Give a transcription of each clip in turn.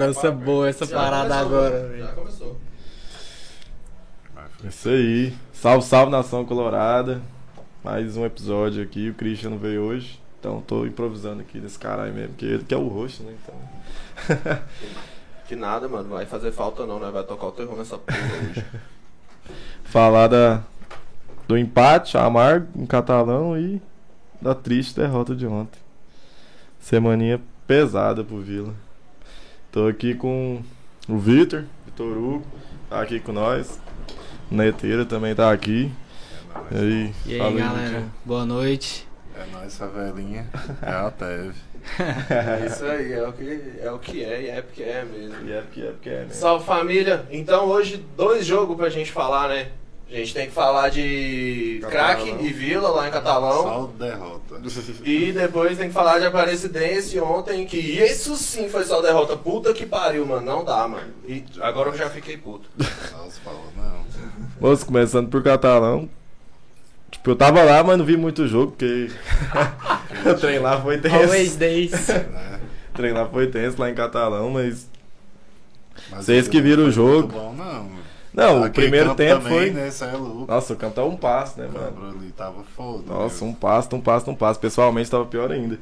Lembrança boa essa parada é agora, né? Já velho. começou. Isso aí. Salve, salve nação colorada. Mais um episódio aqui. O Christian não veio hoje. Então tô improvisando aqui nesse caralho mesmo, que ele que é o rosto, né? Então. Que nada, mano. Vai fazer falta não, né? Vai tocar o terror nessa porra hoje. Falar da, do empate amargo em catalão e da triste derrota de ontem. Semaninha pesada pro Vila. Tô aqui com o Vitor, Vitor Hugo, tá aqui com nós. O Neteira também tá aqui. E aí, E aí, fala aí, galera, Vitinho. boa noite. É nóis, favelinha. É a Altev. é isso aí, é o que é, o que é e é porque é mesmo. E é porque é, porque é, né? Salve família! Então hoje dois jogos pra gente falar, né? A gente tem que falar de Catalão. craque e vila lá em Catalão. Só derrota. E depois tem que falar de Aparecidense ontem, que isso sim foi só derrota. Puta que pariu, mano. Não dá, mano. E agora eu já fiquei puto. Só os falam, não. Moço, começando por catalão. Tipo, eu tava lá, mas não vi muito jogo, porque. o trem lá foi Always tenso. days. Né? O trem lá foi tenso lá em catalão, mas. Mas Vocês o que viram o não foi jogo. muito Bom, não. Não, o Aquele primeiro campo tempo também, foi. Né, isso é louco. Nossa, o campo tava um passo, né, O mano? Cabra ali tava foda. Nossa, né? um passo, um passo, um passo. Pessoalmente tava pior ainda.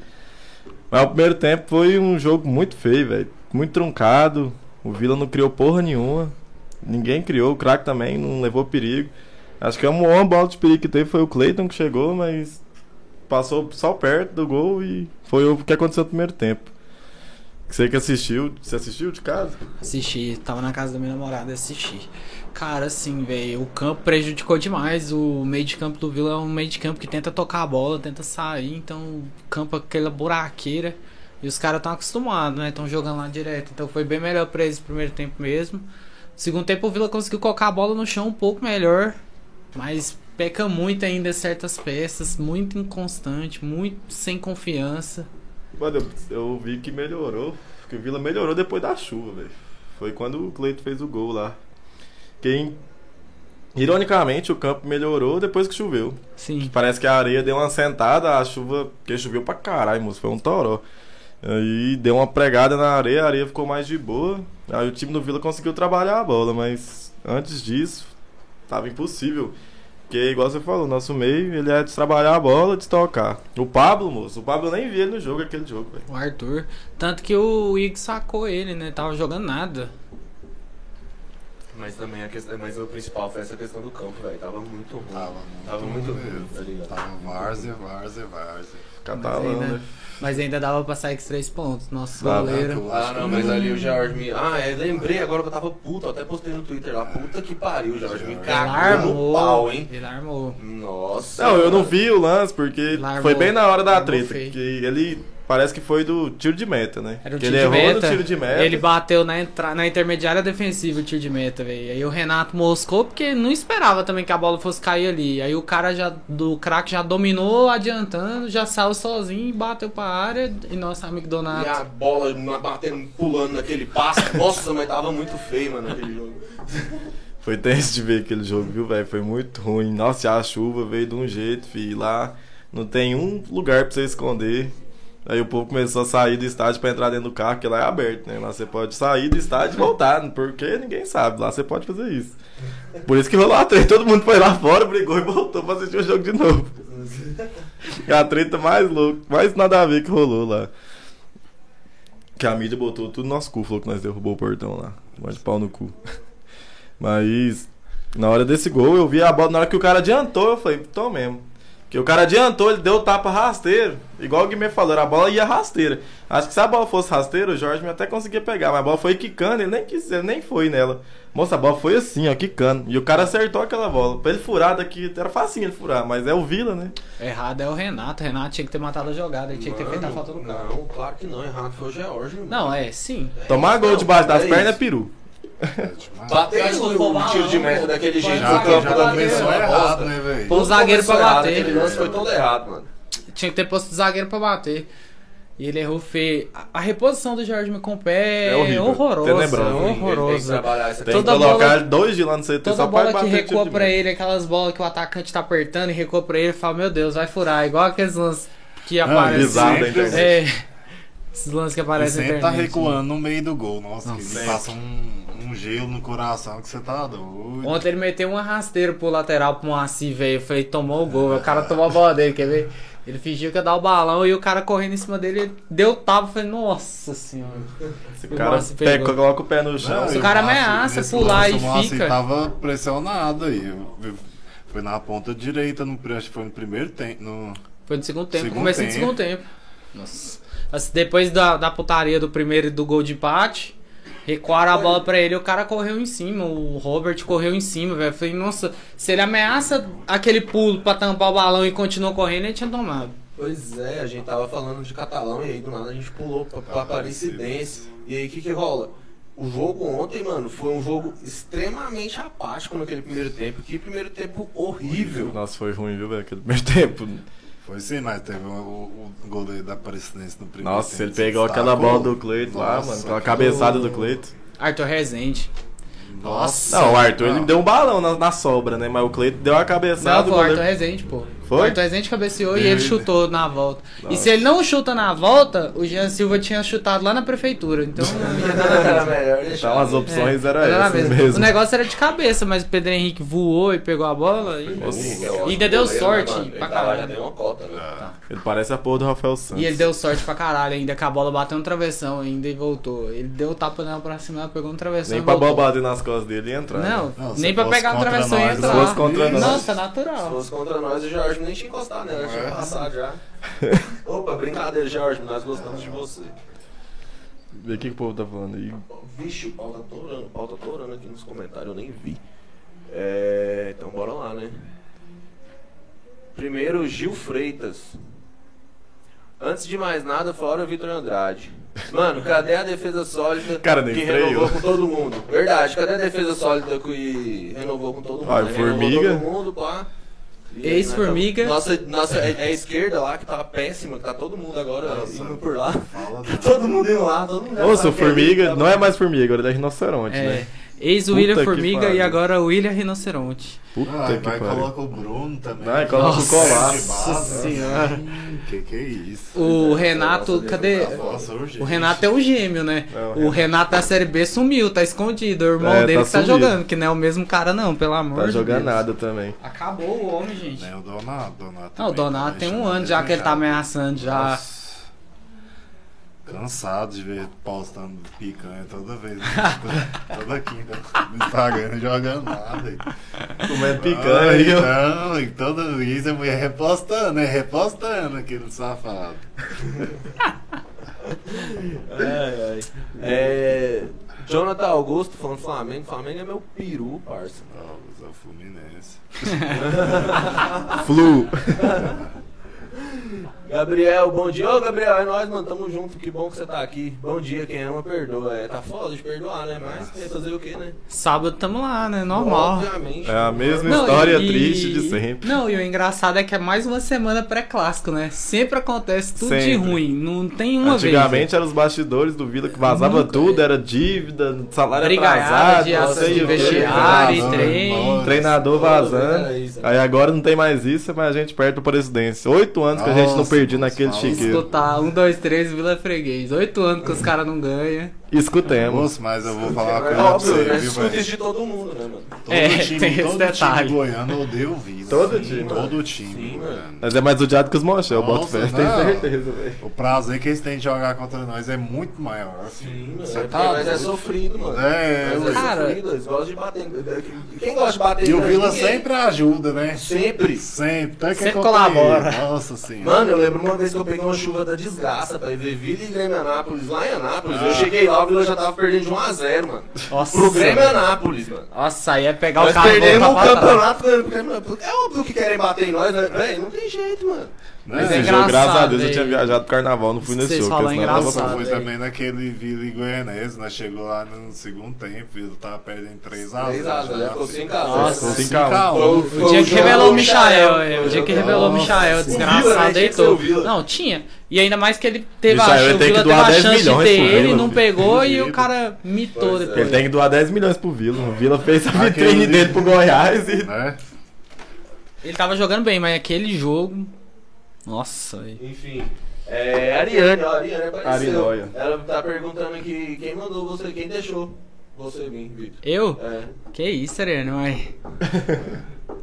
Mas o primeiro tempo foi um jogo muito feio, velho. Muito truncado. O Vila não criou porra nenhuma. Ninguém criou, o craque também não levou perigo. Acho que a maior bola de perigo que teve foi o Cleiton que chegou, mas passou só perto do gol e foi o que aconteceu no primeiro tempo. Você que assistiu, você assistiu de casa? Assisti, tava na casa da minha namorada e assisti. Cara, assim, velho, o campo prejudicou demais. O meio de campo do Vila é um meio de campo que tenta tocar a bola, tenta sair, então o campo é aquela buraqueira. E os caras estão acostumados, né? Estão jogando lá direto. Então foi bem melhor pra eles no primeiro tempo mesmo. No segundo tempo o Vila conseguiu colocar a bola no chão um pouco melhor. Mas peca muito ainda em certas peças, muito inconstante, muito sem confiança. Mano, eu, eu vi que melhorou. Que o Vila melhorou depois da chuva, velho. Foi quando o Cleito fez o gol lá. Quem. Ironicamente, o campo melhorou depois que choveu. Sim. Parece que a areia deu uma sentada, a chuva. Porque choveu pra caralho, moço. Foi um toró. Aí deu uma pregada na areia, a areia ficou mais de boa. Aí o time do Vila conseguiu trabalhar a bola, mas antes disso, tava impossível. Porque, igual você falou, nosso meio, ele é de trabalhar a bola, de tocar. O Pablo, moço, o Pablo eu nem vi ele no jogo, aquele jogo, velho. O Arthur. Tanto que o Ig sacou ele, né? Tava jogando nada. Mas também a questão, mas o principal foi essa questão do campo, velho. Tava muito ruim. Tava muito, Tava muito ruim ruim, tá ligado? Tava várzea, várzea, várzea. mas, Catalão, ainda, né? mas ainda dava pra sair com os três pontos. Nosso Dava, goleiro. Eu acho Ah, que não, o mas Vila- ali o George me. Ah, é, lembrei agora que eu tava puto, até postei no Twitter lá. Puta que pariu, George me Ele Ele cagou no armou. pau, hein? Ele armou. Nossa. Não, eu não cara. vi o lance porque Largou- foi bem na hora da largou treta. feio. Que ele parece que foi do tiro de meta, né? Era um que tiro ele de errou meta. no tiro de meta. Ele bateu na, entra... na intermediária defensiva o tiro de meta, velho. Aí o Renato moscou porque não esperava também que a bola fosse cair ali. Aí o cara já do craque já dominou adiantando, já saiu sozinho e bateu pra área. E nosso amigo E a Donato. bola na- batendo, pulando naquele passo. Nossa, mas tava muito feio, mano, aquele jogo. Foi tenso de ver aquele jogo, viu, velho? Foi muito ruim. Nossa, e a chuva veio de um jeito, fi. Lá não tem um lugar pra você esconder. Aí o povo começou a sair do estádio pra entrar dentro do carro, porque lá é aberto, né? Lá você pode sair do estádio e voltar, porque ninguém sabe. Lá você pode fazer isso. Por isso que rolou a treta. Todo mundo foi lá fora, brigou e voltou pra assistir o jogo de novo. É a treta mais louca, mais nada a ver que rolou lá. Que a mídia botou tudo no nosso cu, falou que nós derrubou o portão lá. Mas pau no cu. Mas na hora desse gol eu vi a bola, na hora que o cara adiantou, eu falei, tô mesmo. Porque o cara adiantou, ele deu tapa rasteiro. Igual o Guimê falou, a bola ia rasteira. Acho que se a bola fosse rasteira, o Jorge até conseguia pegar. Mas a bola foi quicando, ele nem quis, ele nem foi nela. Moça, a bola foi assim, ó, quicando. E o cara acertou aquela bola. Pra ele furar daqui, era facinho ele furar, mas é o Vila, né? Errado é o Renato. O Renato tinha que ter matado a jogada. Ele tinha que ter feito a falta do cara. Não, claro que não. Errado foi o George, mano. Não, é, sim. Tomar gol Não, debaixo das é pernas é isso. peru. É demais. Bateu Tem o gol, tiro de não, meta pô. daquele Pode jeito Já, no zagueiro já, campo pra da bater, começou né? errado, né, velho? Pô, Todo zagueiro pra começou errado, bater. Aquele lance foi todo errado, mano. Tinha que ter posto o zagueiro pra bater. E ele errou feio. A, a reposição do Jorge com o pé é, É horrível. horrorosa. Tenebrosa. Ele tem que Horrorosa. trabalhar essa Tem Toda que colocar bola- dois de lá no CT Toda só pra bola que bater né? tiro recua de pra meta. ele, aquelas bolas que o atacante tá apertando e recua pra ele, fala: Meu Deus, vai furar. Igual aqueles lances que aparecem. Ah, bizarro, né? sempre- hein, É. Esses lances que Ele aparecem na sempre internet. né? tá recuando no meio do gol. Nossa, Não, que sempre. me passa um, um gelo no coração que você tá doido. Ontem ele meteu uma rasteira pro lateral pro Moacir, velho. Eu falei, tomou o gol. O cara tomou a bola dele, quer ver? Ele fingiu que ia dar o balão e o cara correndo em cima dele, ele deu o tapa. Eu falei, nossa senhora. Esse O cara Márcio pega, pegou. coloca o pé no chão. Não, Se e o cara Márcio, ameaça nesse pular lance, e o Márcio fica- tava pressionado aí. Eu- eu- Foi na ponta direita, no, acho que foi no primeiro tempo. No... Foi no segundo tempo, Segundo comecei no tempo. segundo tempo. Nossa. Assim, depois da, da putaria do primeiro e do gol de empate, recuaram a bola pra ele e o cara correu em cima. O Robert correu em cima, velho. Eu Falei, nossa, se ele ameaça aquele pulo pra tampar o balão e continua correndo, ele tinha tomado. Pois é, a gente tava falando de catalão e aí do nada a gente pulou pra, pra Aparecidense. E aí o que que rola? O jogo ontem, mano, foi um jogo extremamente apático naquele primeiro tempo. Que primeiro tempo horrível. Nossa, foi ruim, viu, velho? Aquele primeiro tempo. Foi sim, mas teve o, o, o goleiro da Aparecidense no primeiro Nossa, tempo. ele pegou destacou. aquela bola do Cleito lá, Nossa, mano. Aquela aquilo- cabeçada do Cleito. Arthur Rezende. Nossa. Não, o Arthur Não. ele deu um balão na, na sobra, né? Mas o Cleito deu a Não, cabeçada. foi o o goleiro- Arthur é Rezende, pô. Foi? O Arthur Rezende cabeceou e Ele- ele chutou na volta. E Nossa. se ele não chuta na volta, o Jean Silva tinha chutado lá na prefeitura. Então. Era melhor deixar. Então as é, opções eram lá essas mesmo. O negócio era de cabeça, mas o Pedro Henrique voou e pegou a bola e, Nossa. e ainda deu sorte Ele pra tá lá, já deu caralho. Tá. uma cota, né? Ele parece a porra do Rafael Santos. E ele deu sorte pra caralho ainda, que a bola bateu no travessão ainda e voltou. Ele deu o tapa nela pra cima, ela pegou no travessão Nem e pra voltou. bobada nas costas dele e entrar. um né? Não, Não, se nem pra fosse pegar no contra travessão e nós, entrar. Se fosse contra nós. Nossa, Se natural. fosse contra nós, o Jorge nem tinha encostado nela, tinha É. passado já. Opa, brincadeira, Jorge, nós gostamos de você. Vê o que, que o povo tá falando aí. Vixe, o pau tá torando, o pau tá torando aqui nos comentários, eu nem vi. É, então bora lá, né? Primeiro, Gil Freitas. Antes de mais nada, fora o Vitor Andrade. Mano, cadê a defesa sólida Cara, nem que freio. renovou com todo mundo? Verdade, cadê a defesa sólida que renovou com todo mundo? Ah, e né? Renovou Formiga? todo mundo, pá. E aí, Ex-Formiga. né, tá- Nossa, nossa é, é a esquerda lá que tá péssima, que tá todo mundo agora Nossa. indo por lá. Fala, Tá todo mundo indo lá, todo mundo. já Nossa, o sabe que é Formiga ele, não é mais Formiga, agora ele é rinoceronte, É, né? Ex-William Puta que Formiga e pariu. agora William Rinoceronte. Puta Ai, que vai, pariu. Tá coloca o Bruno também. Vai, coloca o Nossa Colar. Nossa Senhora. Que que é isso? O Nossa, Renato, nossa, cadê? Deus, Nossa, urgente. O Renato é o gêmeo, né? É, o o Renato da Série B sumiu, tá escondido. O irmão É, dele tá que tá sumido. jogando, que não é o mesmo cara, não, pelo amor Tá um de jogando Deus. nada também. Acabou o homem, gente. Nem Né, o Donato. Donato é Não, o também Donato tá tem um deixando ano já que ele tá ameaçando já. Nossa. Cansado de ver postando picanha toda vez. né? Tipo, toda quinta no Instagram, não jogando nada. aí. Comendo Ah, picanha e eu. Então, e toda vez a mulher repostando, é repostando aquele safado. Ai, ai. É, Jonathan Augusto falando Flamengo. Flamengo é meu peru, parça. Ó, o Fluminense. Flu. Gabriel, bom dia. Ô, Gabriel, é nóis, mano. Tamo junto. Que bom que você tá aqui. Bom dia, quem ama, perdoa. É, tá foda de perdoar, né? Mas tem que fazer o quê, né? Sábado tamo lá, né? Normal. Obviamente. É a mesma Não, história e- triste de sempre. Não, e o engraçado é que é mais uma semana pré-clássico, né? Sempre acontece tudo de Sempre. ruim. Não tem uma vez. Antigamente eram os bastidores do Vila que vazava tudo, era dívida, salário Brigaiada de atrasado, não sei aço de o quê. vestiário, vazando, trem. embora. Treinador vazando. Era isso. Aí agora não tem mais isso, mas a gente perde do presidência. Oito anos que a gente não Nossa, perdi naquele nossa, chiqueiro. Escutar, um, dois, três, Vila Freguês. Oito anos que os caras não ganham. Escutemos. Moço, mas eu vou falar uma É coisa pra você, óbvio, né? viu, Escuta velho? isso de todo mundo, né, mano? Todo É, time, tem esse todo detalhe. time goiano odeia o Vila. Todo Sim, time. Todo time Sim, goiano. mano. Mas é mais odiado que os Monchel, eu boto Nossa, fé, tenho não. certeza, velho. O prazer que eles têm de jogar contra nós é muito maior. Sim, mano. Você é tá porque nós é doido. sofrido, mano. É, Nós ué. Cara. sofrido, eles gostam de bater. Quem gosta de bater? E o pra Vila ninguém? sempre ajuda, né? Sempre. Sempre. Tá que Sempre eu colabora. peguei. Nossa senhora. Mano, eu lembro uma vez que eu peguei uma chuva da desgraça pra ir ver Vila e Grêmio Anápolis, lá em Anápolis. Eu cheguei lá, o Vila já tava perdendo de 1x0, mano. Nossa. Pro Grêmio Anápolis, mano. Nossa, aí é pegar o Nós carro e perdemos voltar o pra trás. campeonato ganhando pro Grêmio Anápolis. É óbvio que querem bater em nós, né? Véi, não tem jeito, mano. Né? Mas é Esse engraçado, jogo, graças a Deus, hein? eu tinha viajado pro carnaval, não fui nesse Vocês jogo. falam porque senão eu tava engraçado. Foi velho. também naquele Vila e Goianese, nós chegou lá no segundo tempo, ele tava perdendo um, 3x0. 3x0, ficou um. 5x0. Nossa, Ficou 5x1. Foi O dia que jogo revelou o do Michael, Michael, é, o foi dia o que jogo. revelou o Nossa. Michael, Vila, O desgraçado, né? Tinha que ser deitou. o Vila. Não, tinha. E ainda mais que ele teve a Michael chance, o tem que Vila teve doar a 10 chance de milhões ter pro ele, Vila, não filho. pegou e Fudido. o cara mitou Pois é. depois. Ele tem que doar 10 milhões pro Vila. O Vila fez a Aquele- vitrine dele pro Goiás e. Né? Ele tava jogando bem, mas aquele jogo. Nossa, velho. Enfim. É, Ariane, ó, Ariane apareceu. Arinóia. Ela tá perguntando aqui quem mandou você, quem deixou você vir, Vitor. Eu? É. Que isso, Ariane, mas...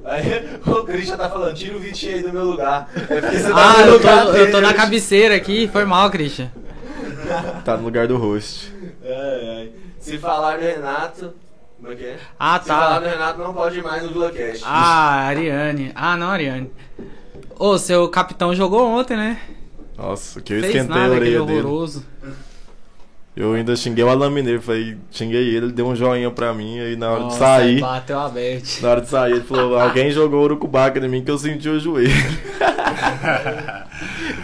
Aí o Christian tá falando, tira o Vitinho aí do meu lugar. É porque você tá Ah, no eu tô, lugar eu tô na dele. cabeceira aqui, foi mal, Christian. Tá no lugar do host. Ai, ai. Se falar do Renato. Como é que é? Ah, Se tá. falar do Renato, não pode ir mais no VilaCast. Ah, Ariane. Ah, não, Ariane. Ô, seu capitão jogou ontem, né? Nossa, que eu Fez esquentei a nada, aquele orelha dele. horroroso. Eu ainda xinguei o Alain Mineiro, falei, xinguei ele, ele deu um joinha pra mim, aí na hora Nossa, é de sair, Bateu a bet. na hora de sair, ele falou, alguém jogou urucubaca em mim que eu senti o joelho.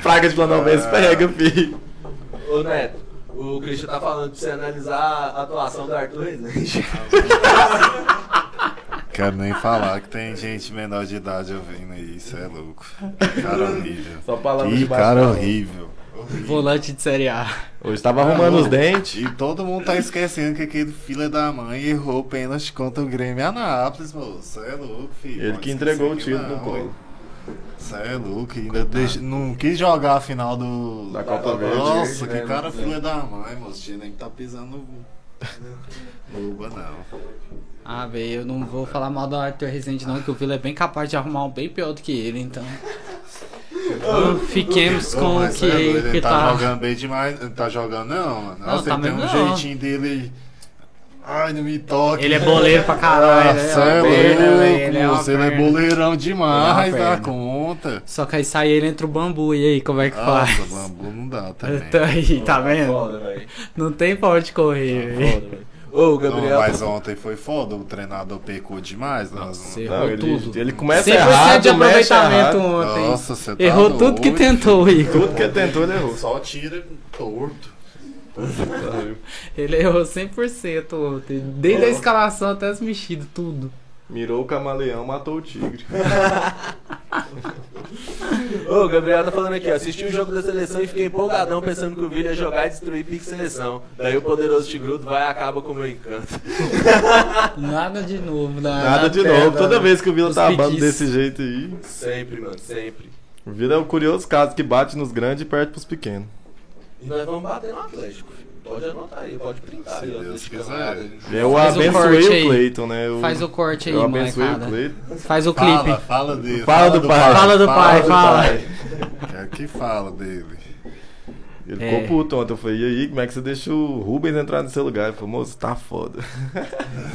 Praga de planalvense pega, fi. Ô Neto, o Christian tá falando pra você analisar a atuação do Arthur Rezende. Quero nem falar que tem gente menor de idade ouvindo aí, isso é louco. Que Cara horrível. Só palavras Que de baixo cara calão. horrível. horrível. Volante de Série A. Hoje tava arrumando os dentes. E todo mundo tá esquecendo que aquele filho da mãe errou o pênalti contra o Grêmio Anápolis, moço. Cê é louco, filho. Ele Pode que entregou o esquecer tiro que no não. colo. Cê é louco, ainda deixa- não quis jogar a final do. Da Copa Verde. É, Nossa, Verde, né, que cara mano? filha da mãe, moço. Tinha nem que tá pisando no. no Uba, não. Ah, velho, eu não vou falar mal do Arthur Rezende, não, que o Vila é bem capaz de arrumar um bem pior do que ele, então. Então, Fiquemos Ô, com o mas cê é doido, que, que ele tá tá. jogando bem demais. Não tá jogando, não, mano. Nossa, tá ele tem mesmo um não. jeitinho dele. Ai, não me toque. Ele é boleiro pra caralho. Nossa, uma é perna, velho, louco, ele é uma moço. Ele é perna. boleirão demais Ele é uma da perna. conta. Só que aí sai ele entre o bambu, e aí, como é que Nossa, faz? bambu não dá também. Tá aí, tá vendo? né? Foda, velho. Não tem pra onde Tá correr, velho. Foda, velho. Ô, Gabriel. Não, mas ontem foi foda, o treinador pecou demais. né? Nós, Você Não, errou tudo. Tá, ele, ele começa 100% errado, de mexe aproveitamento errado. ontem. Nossa, você tá Errou tudo que doido. tentou, Igor. Tudo que ele tentou, ele errou. Só tira torto. Ele errou 100% ontem. Desde a Errou. escalação até as mexidas, tudo. Mirou o camaleão, matou o tigre. Ah, Ô, Gabriel tá falando aqui, ó. Assisti o jogo da seleção e fiquei empolgadão pensando que o Vila ia jogar e destruir pique seleção. Daí o poderoso Tigrudo vai e acaba com o meu encanto. Nada de novo. né? Nada de novo, toda vez que o Vila Os tá abando piquis. desse jeito aí. Sempre, mano, sempre. O Vila é o curioso caso que bate nos grandes e perde pros pequenos. E nós vamos bater no Atlético, filho. Pode anotar aí, pode printar Se aí. ó, Deus deixa quiser. eu- Eu Faz o abençoei corte aí. o Cleiton, né? Eu, Faz o corte aí, eu abençoei molecada. o Cleiton. Faz o clipe. Fala, fala dele. Fala do pai. Fala do pai, fala. É que fala dele. Ele É. ficou puto ontem. Eu falei, e aí, como é que você deixa o Rubens entrar no seu lugar? Ele falou, moço, tá foda.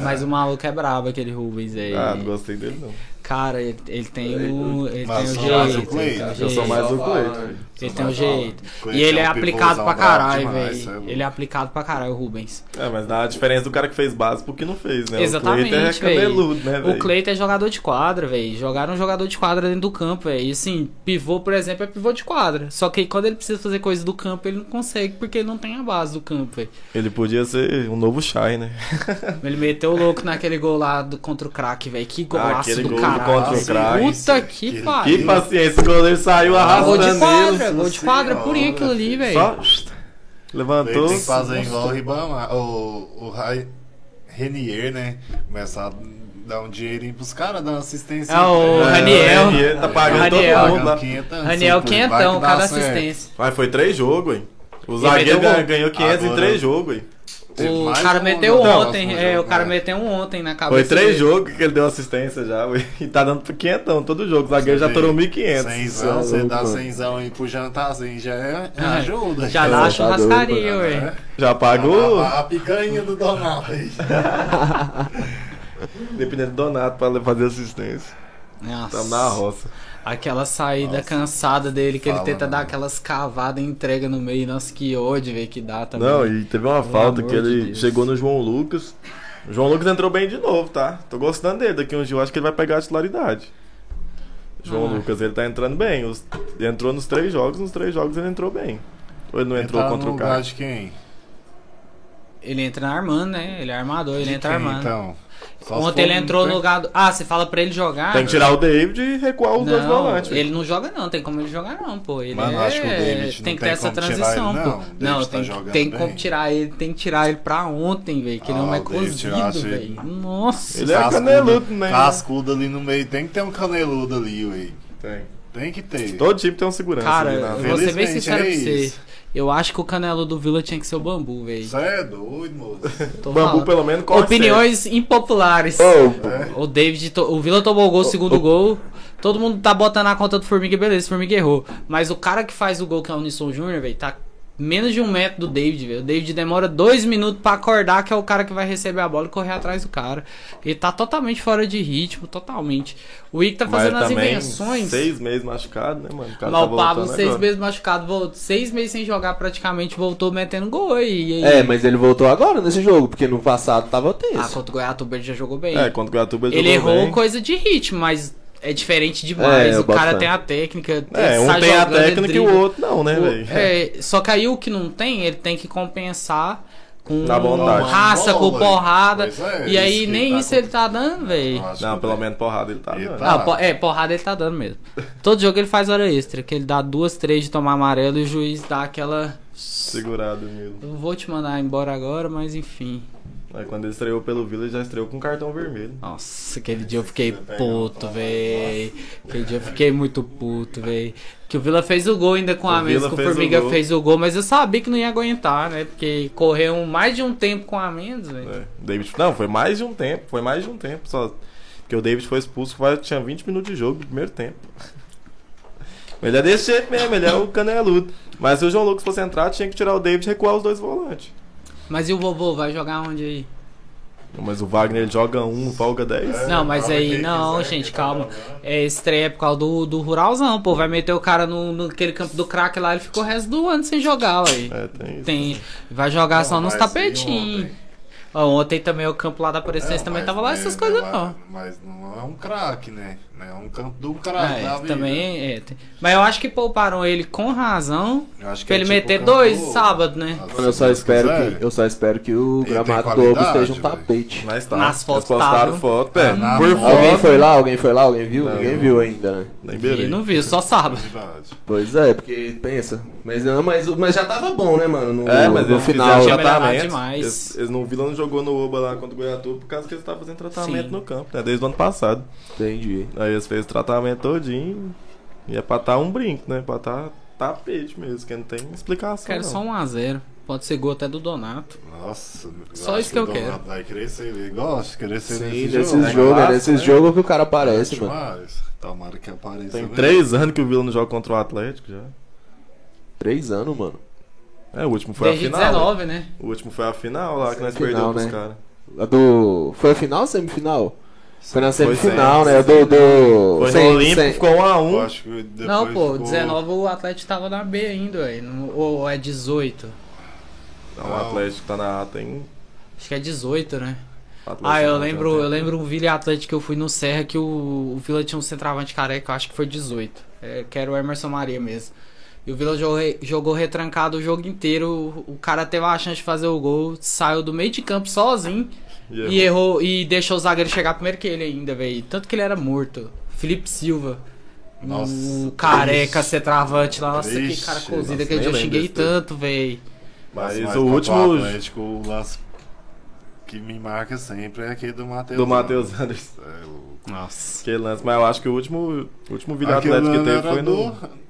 Mas o maluco é brabo, aquele Rubens aí. Ah, não gostei dele não. Cara, ele, ele tem o. Ele Mas tem o sou mais o jeito. ele tem o Cleiton. Eu sou jeito. mais o Só fala, Cleiton. né? Ele tem um Só mais jeito. o E ele é um Cleiton, aplicado pra um pivôzão caralho, brabo demais, cê é velho. louco. Ele é aplicado pra caralho, o Rubens. É, mas na diferença do cara que fez base pro que não fez, né? Exatamente, o Cleiton é véi. cabeludo, né, O velho? Cleiton é jogador de quadra, velho. Jogaram um jogador de quadra dentro do campo, velho. E assim, pivô, por exemplo, é pivô de quadra. Só que aí, quando ele precisa fazer coisa do campo, ele não consegue, porque ele não tem a base do campo, velho. Ele podia ser um novo Shai, né? Ele meteu o louco naquele gol lá do, contra o craque, velho. Que golaço Ah, aquele do gol caralho. contra o velho. craque. Puta que, Que- pariu. Que paciência, o goleiro saiu Ah, Gol de arrastando quadra, Nossa gol de quadra por Senhora, aquilo ali, velho. Só levantou. Tem que fazer igual o Ribamar, o, o Rai- Renier, né? Começar a dar um dinheirinho pros caras, dar uma assistência. É, o É, Raniel. o Raniel tá pagando Raniel. todo né? mundo lá. Daniel Quentão, cada assistência. Mas foi três jogos, hein? O Ele zagueiro meteu gol. ganhou, ganhou 500 em Agora- três jogos, hein? O um, cara meteu um, né? ontem, é, o cara meteu um ontem na cabeça. né? Foi três dele. jogos que ele deu assistência já, ué. E tá dando pra quinhentão todo jogo. O zagueiro já torou 1.500. Cenzão, Isso é você louco, dá mano. cenzão aí pro jantarzinho, já é, já Ah, ajuda. Já dá dá a churrascaria, né? Tá doido, né? ué. Já pagou, A, a picanha do Donald aí. dependendo do Donato, pra fazer assistência. Tá Nossa. Tamo na roça. Aquela saída cansada dele, que ele Fala, tenta dar não. aquelas cavadas e entrega no meio. Nossa, que ódio, velho, que dá também. Não, e teve uma falta amor que ele de Deus. chegou no João Lucas. O João Lucas entrou bem de novo, tá? Tô gostando dele. Daqui uns dias eu acho que ele vai pegar a titularidade. João Ah. Lucas, ele tá entrando bem. Os- ele entrou nos três jogos, nos três jogos ele entrou bem. Ou ele não entrou Tá contra no o lugar cara? de quem? Ele entra armando, né? Ele é armador, ele De entra quem, armando. Então? Só se for Ontem ele um entrou tre- no lugar do. Ah, você fala pra ele jogar? Tem que tirar o David e recuar um os dois Não, volantes. ele não joga não, tem como ele jogar não, pô. Ele Mano, eu é... acho que o David tem não que ter tem essa como tirar transição, ele, pô. não. O David Não, tá tem, jogando tem bem. como tirar ele, tem que tirar ele pra ontem, velho, que ele Ah, não é o David, eu cozido, acho ele- velho. Nossa. Ele é Cascudo- caneludo, né? Cascudo ali no meio, tem que ter um caneludo ali, ué. Tem. Tem que ter. Todo time tem um segurança. Cara, ali eu na vou ser bem Felizmente, sincero assim, é pra você. isso. Eu acho que o canelo do Vila tinha que ser o bambu, velho. Isso é doido, moço. Tô Bambu é. falando. pelo menos corre É. Opiniões impopulares. certo. Ô, O David, to- o Vila tomou o Oh, gol, o segundo gol. Todo mundo tá botando na conta do Formiga, beleza, o Formiga errou. Mas o cara que faz o gol, que é o Nisson Júnior, velho, tá menos de um metro do David, velho. O David demora dois minutos pra acordar, que é o cara que vai receber a bola e correr atrás do cara. Ele tá totalmente fora de ritmo, totalmente. O Ick tá mas fazendo as também invenções. seis meses machucado, né, mano? O cara Mas tá o Pablo, voltando seis agora. meses machucado, voltou, seis meses sem jogar praticamente, voltou metendo gol. E, e- É, mas ele voltou agora nesse jogo, porque no passado tava Ah, tenso. contra o Goiatuba ele já jogou bem. É, contra o Goiatuba ele, ele jogou errou bem. coisa de ritmo, mas é diferente demais. É, o cara bastante. tem a técnica. É, um sai tem a jogando, ele técnica e o dribla. outro não, né, O- velho? é, só que aí o que não tem, ele tem que compensar com Na vontade. raça, com Bola, porrada. pois é, e aí isso que nem tá isso ele tá dando, velho. Eu acho Não, que pelo tem. menos porrada ele tá Ele dando. tá- Ah, po- é, porrada ele tá dando mesmo. Todo jogo ele faz hora extra, que ele dá duas, três de tomar amarelo e o juiz dá aquela. Segurado, Nilo. Eu vou te mandar embora agora, mas enfim. Aí quando ele estreou pelo Vila, ele já estreou com cartão vermelho. Nossa, aquele dia eu fiquei puto, véi. Aquele dia eu fiquei muito puto, véi. Que o Vila fez o gol ainda com a O menos, Vila que o fez o Formiga gol. fez o gol, mas eu sabia que não ia aguentar, né? Porque correu mais de um tempo com a menos, velho. É. David, não, foi mais de um tempo, foi mais de um tempo só. Porque o David foi expulso, quase tinha 20 minutos de jogo no primeiro tempo. Mas ele é desse jeito mesmo, ele é o caneludo. Mas se o João Lucas fosse entrar, tinha que tirar o David e recuar os dois volantes. Mas e o vovô, vai jogar onde aí? Mas o Wagner ele joga um, folga É. 10. Não, mas calma aí, aí, não, quiser, né? gente, quer calma. trabalhar. É estreia por causa do, do Ruralzão, pô. Vai meter o cara no, naquele campo do craque lá, ele ficou o resto do ano sem jogar, ué. É, tem isso. Tem, vai jogar só nos mas e tapetinhos. ontem? Ó, Ontem também o campo lá da Aparecência Não, também mas tava lá né, é, essas coisas, mas- não. Mas não é um craque, né? Não É um campo do Ah, craque. da é, vida. também é. tem- Mas eu acho que pouparam ele com razão. Eu acho que Pra é ele tipo meter campo- dois sábado, né? Nossa, Eu só Deus espero quiser. que, eu só espero que o Ele tem gramado do Obo qualidade, esteja um velho. tapete. Mas tá. Nas fotos Ah, Eles postaram tava. foto, é. Na Por foto. foto. Alguém foi lá? Alguém foi lá? Alguém viu? Não. Ninguém viu ainda, né? Nem é Ele beirei. não viu, só sábado. Verdade. Pois é, porque pensa. Mas, não, mas, mas já tava bom, né, mano? No, É, mas no eles final. fizeram Tinha melhorado tratamento. demais. Eles, eles não, o Vila não jogou no Oba lá contra o Goiatuba por causa que eles estavam fazendo tratamento Sim. no campo, né? Desde o ano passado. Entendi. Aí eles fez o tratamento todinho. E é pra tá um brinco, né? Pra tá tapete mesmo, que não tem explicação. Quero não. só um a zero. Pode ser gol até do Donato. Nossa, Só acho isso que eu o quero. Donato Vai crescer, ele gosta de crescer Sim, nesse nesses jogo. jogos, né? jogo, é Clássico, nesses né? jogos que o cara aparece, mano. Demais. Tomara que apareça. Tem mesmo. três anos que o Vila não joga contra o Atlético já. Três anos, mano. É, o último foi Desde a final. 19, né? O último foi a final lá que nós Final, perdemos pros né? caras. A do. Foi a final ou semifinal? Foi na Foi semifinal, sem- né? Do. do... Foi sem- no Olímpico, sem- ficou um a Eu um. acho que depois Não, pô, ficou- 19 o Atlético tava na B ainda, ué. Não- Ou é 18. Não, o Atlético tá na A, tem. Acho que é 18, né? Atlético Ah, eu na A, lembro, tem- eu lembro um Vila e Atlético que eu fui no Serra que o, o Vila tinha um centroavante careca, eu acho que foi 18. É, que era o Emerson Maria mesmo. E o Vila jogou, jogou retrancado o jogo inteiro. O, o cara teve a chance de fazer o gol, saiu do meio de campo sozinho é e errou e deixou o zagueiro chegar primeiro que ele ainda, velho. Tanto que ele era morto. Felipe Silva. Nossa, o triste. careca centroavante lá. Nossa, que Triste. cara cozido Nossa, nem aquele dia eu lembro xinguei desse tempo. tanto, velho. Mas mais o contra último- Atlético, o lance que me marca sempre é aquele do Matheus. Do Matheus Anderson. Anderson. É, o- Nossa. Que lance, mas eu acho que o último, o último Vila Aquele Atlético que lá teve era foi no. do-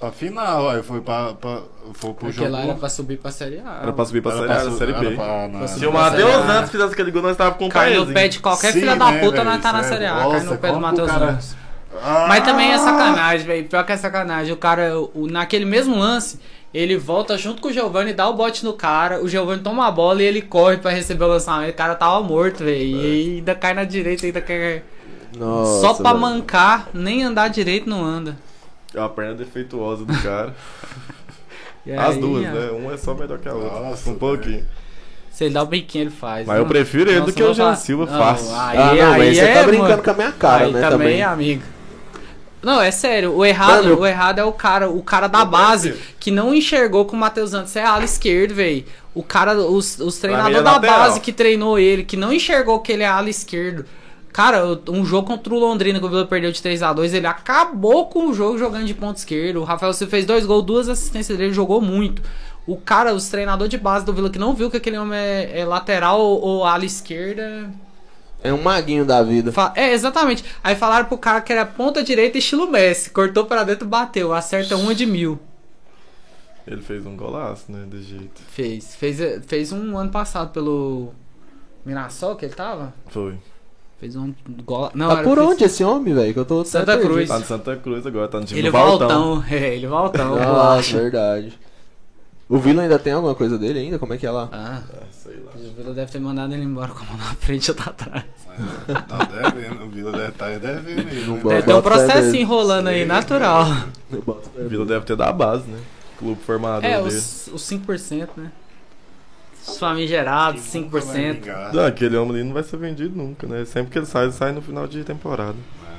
A final, aí foi pra, pra, foi pro Porque jogo. lá era pra subir pra Série A. Era pra subir pra era Série A, pra era su- Série era B. pra- na- Fosse Se o pra Série Matheus A. Santos fizesse aquele gol, nós tava com o Um Cai no pezinho. pé de qualquer Sim, filha da né, puta, velho? nós tá na é Sério. Série A. Cai no Nossa, pé do como Matheus que o cara- Nunes. Ah! Mas também é sacanagem, velho. Pior que é sacanagem. O cara, o- naquele mesmo lance, ele volta junto com o Giovanni, dá o bote no cara. O Giovanni toma a bola e ele corre pra receber o lançamento. O cara tava morto, velho. E ainda cai na direita, ainda cai. Nossa, Só pra velho. mancar, nem andar direito não anda. É uma perna defeituosa do cara. E As aí, duas, ó, né? Uma é só melhor que a outra. Nossa, um pouquinho. Se ele dá o biquinho, ele faz. né? Mas eu prefiro ele do que o Jean Silva fácil. Aí, Ah, não, aí mas você é, tá brincando mano. com a minha cara, Aí né? também, é Também. amigo. Não, é sério, o errado, Mano, eu- o errado é o cara, o cara da base que não enxergou que o Matheus Antes é ala esquerdo, velho. O cara, os, os mim é treinadores da lateral. base que treinou ele, que não enxergou que ele é ala esquerdo. Cara, um jogo contra o Londrina que o Vila perdeu de 3 a 2 ele acabou com o jogo jogando de ponta esquerda. O Rafael Silva fez dois gols, duas assistências dele, jogou muito. O cara, os treinadores de base do Vila que não viu que aquele homem é, é lateral ou, ou ala esquerda, É um maguinho da vida. Fa- É, exatamente. Aí falaram pro cara que era ponta direita estilo Messi. Cortou pra dentro, bateu. Acerta uma de mil. Ele fez um golaço, né? De jeito. Fez. Fez, fez um ano passado pelo Mirassol que ele tava. Foi. Fez um gol. Não, Tá era- por fez- onde esse homem, velho? Que eu tô Santa perdido. Cruz. Tá no Santa Cruz agora, tá no time Ele do Valtão. voltão. É, ele voltão. Ah, bolacha. verdade. O Vila ainda tem alguma coisa dele ainda? Como é que é lá? Ah, É, sei lá. o Vila deve ter mandado ele embora com a mão na frente ou tá atrás. Tá devendo, o Vila deve tá devendo. aí, Não né? bota. Deve ter um boto fé processinho nele. rolando aí, Sim. natural. O Vila deve ter da base, né? Clube formador É, dele. os, os 5%, né? Os famigerados, Quem nunca vai 5%. vingar, Não, aquele homem ali não vai ser vendido nunca, né? Sempre que ele sai, ele sai no final de temporada. né?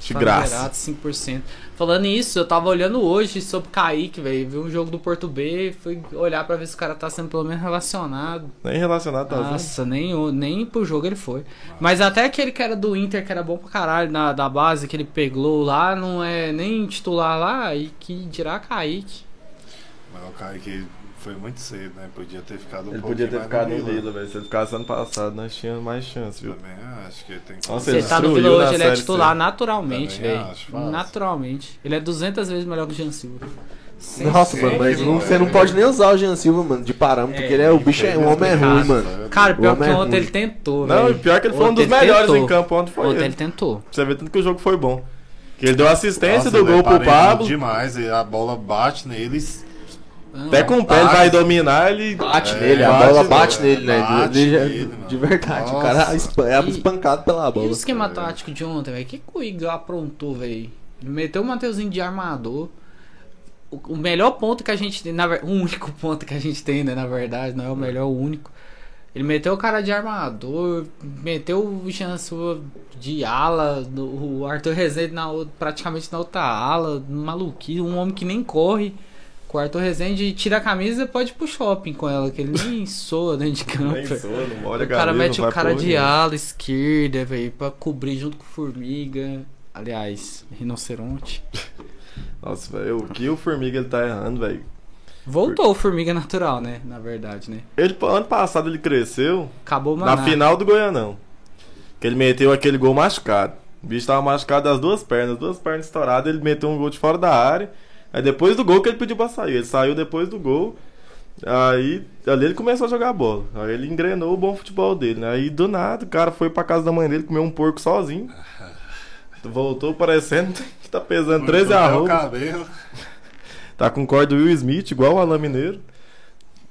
De Tá graça. liberado, 5%. Falando nisso, eu tava olhando hoje sobre Kaique, velho. Vi um jogo do Porto B, fui olhar pra ver se o cara tá sendo pelo menos relacionado. Nem relacionado, tá vendo? Nossa, nem, o- nem pro jogo ele foi. Mas até aquele que era do Inter, que era bom pra caralho, na, da base, que ele pegou lá, não é nem titular lá, e que dirá Kaique. Mas o Kaique foi muito cedo, né? Podia ter ficado um Ele pouco podia ter mais né? ficado no Vila. Lila, velho. Se ele ficasse ano passado, nós tínhamos mais chance, viu? Também acho que tem que Nossa, Se ele ele tá no destruiu na Vila hoje, ele é Série C. titular naturalmente, Também velho. acho, fácil. Naturalmente. Ele é 200 vezes melhor que o Jean Silva. Sem Nossa, sombra mano, mas de não- dúvida. você não pode nem usar o Jean Silva, mano, de parâmetro, É, porque ele é o bicho, é, o homem é ruim, mano. né? Cara, pior O homem que é ontem ruim. ele tentou, Não, velho. e pior que ele foi um Ontem dos melhores tentou. em campo ontem foi é. Ontem ele. ele tentou. Você vê tanto que o jogo foi bom. Que ele deu assistência Nossa, do ele gol pro parece Pablo. Demais, e a bola bate neles. Não, Até com o pé ele vai dominar, ele. Bate É, nele, a bate, bola né? bate nele, né? Bate Ele já- nele, mano. de verdade, o cara Nossa. é espan- é E- espancado pela E bola. o esquema cara. tático de ontem, velho? Que que o Igor aprontou, velho? Meteu o Mateuzinho de armador. O, o melhor ponto que a gente tem, na, ver- o único ponto que a gente tem, né? Na verdade, não é o melhor, o único. Ele meteu o cara de armador, meteu o Jansu de ala, do- o Arthur Rezende na, ou- praticamente na outra ala, maluquinho, um homem que nem corre. Com o Arthur Rezende tira a camisa e pode ir pro shopping com ela, que ele nem soa dentro de campo. Nem velho. soa, não olha O cara galinha, mete não o vai cara porra de nenhuma. ala esquerda, velho, pra cobrir junto com formiga. Aliás, rinoceronte. Nossa, velho, o que o Formiga ele tá errando, velho? Voltou o formiga natural, né? Na verdade, né? Ele, ano passado ele cresceu Acabou o maná. na final do Goianão. Que ele meteu aquele gol machucado. O bicho tava machucado das duas pernas, duas pernas estouradas, ele meteu um gol de fora da área. Aí depois do gol que ele pediu pra sair. Ele saiu depois do gol. Aí ali ele começou a jogar bola. Aí ele engrenou o bom futebol dele. Né? Aí do nada o cara foi pra casa da mãe dele comer um porco sozinho. Voltou parecendo que tá pesando 13 Cortou até o arrobas. cabelo. Tá com corda do Will Smith, igual o Alain Mineiro.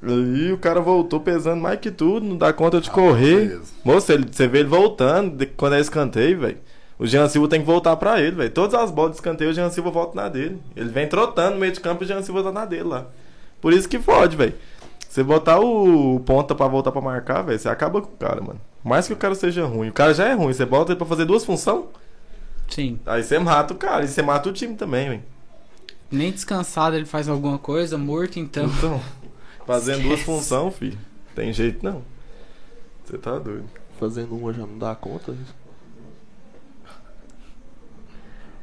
E o cara voltou pesando mais que tudo, não dá conta de Ah, correr. beleza. Moço, ele- você vê ele voltando de- quando é escanteio, velho. O Jean Silva tem que voltar pra ele, velho. Todas as bolas de escanteio, o Jean Silva volta na dele. Ele vem trotando no meio de campo e o Jean Silva tá na dele lá. Por isso que fode, velho. Você botar o ponta pra voltar pra marcar, velho, você acaba com o cara, mano. Por Mais que o cara seja ruim. O cara já é ruim. Você bota ele pra fazer duas funções, Sim. aí você mata o cara. E você mata o time também, velho. Nem descansado ele faz alguma coisa, morto então. Então, fazendo duas Esquece. funções, filho. Tem jeito não. Você tá doido. Fazendo uma já não dá conta. né?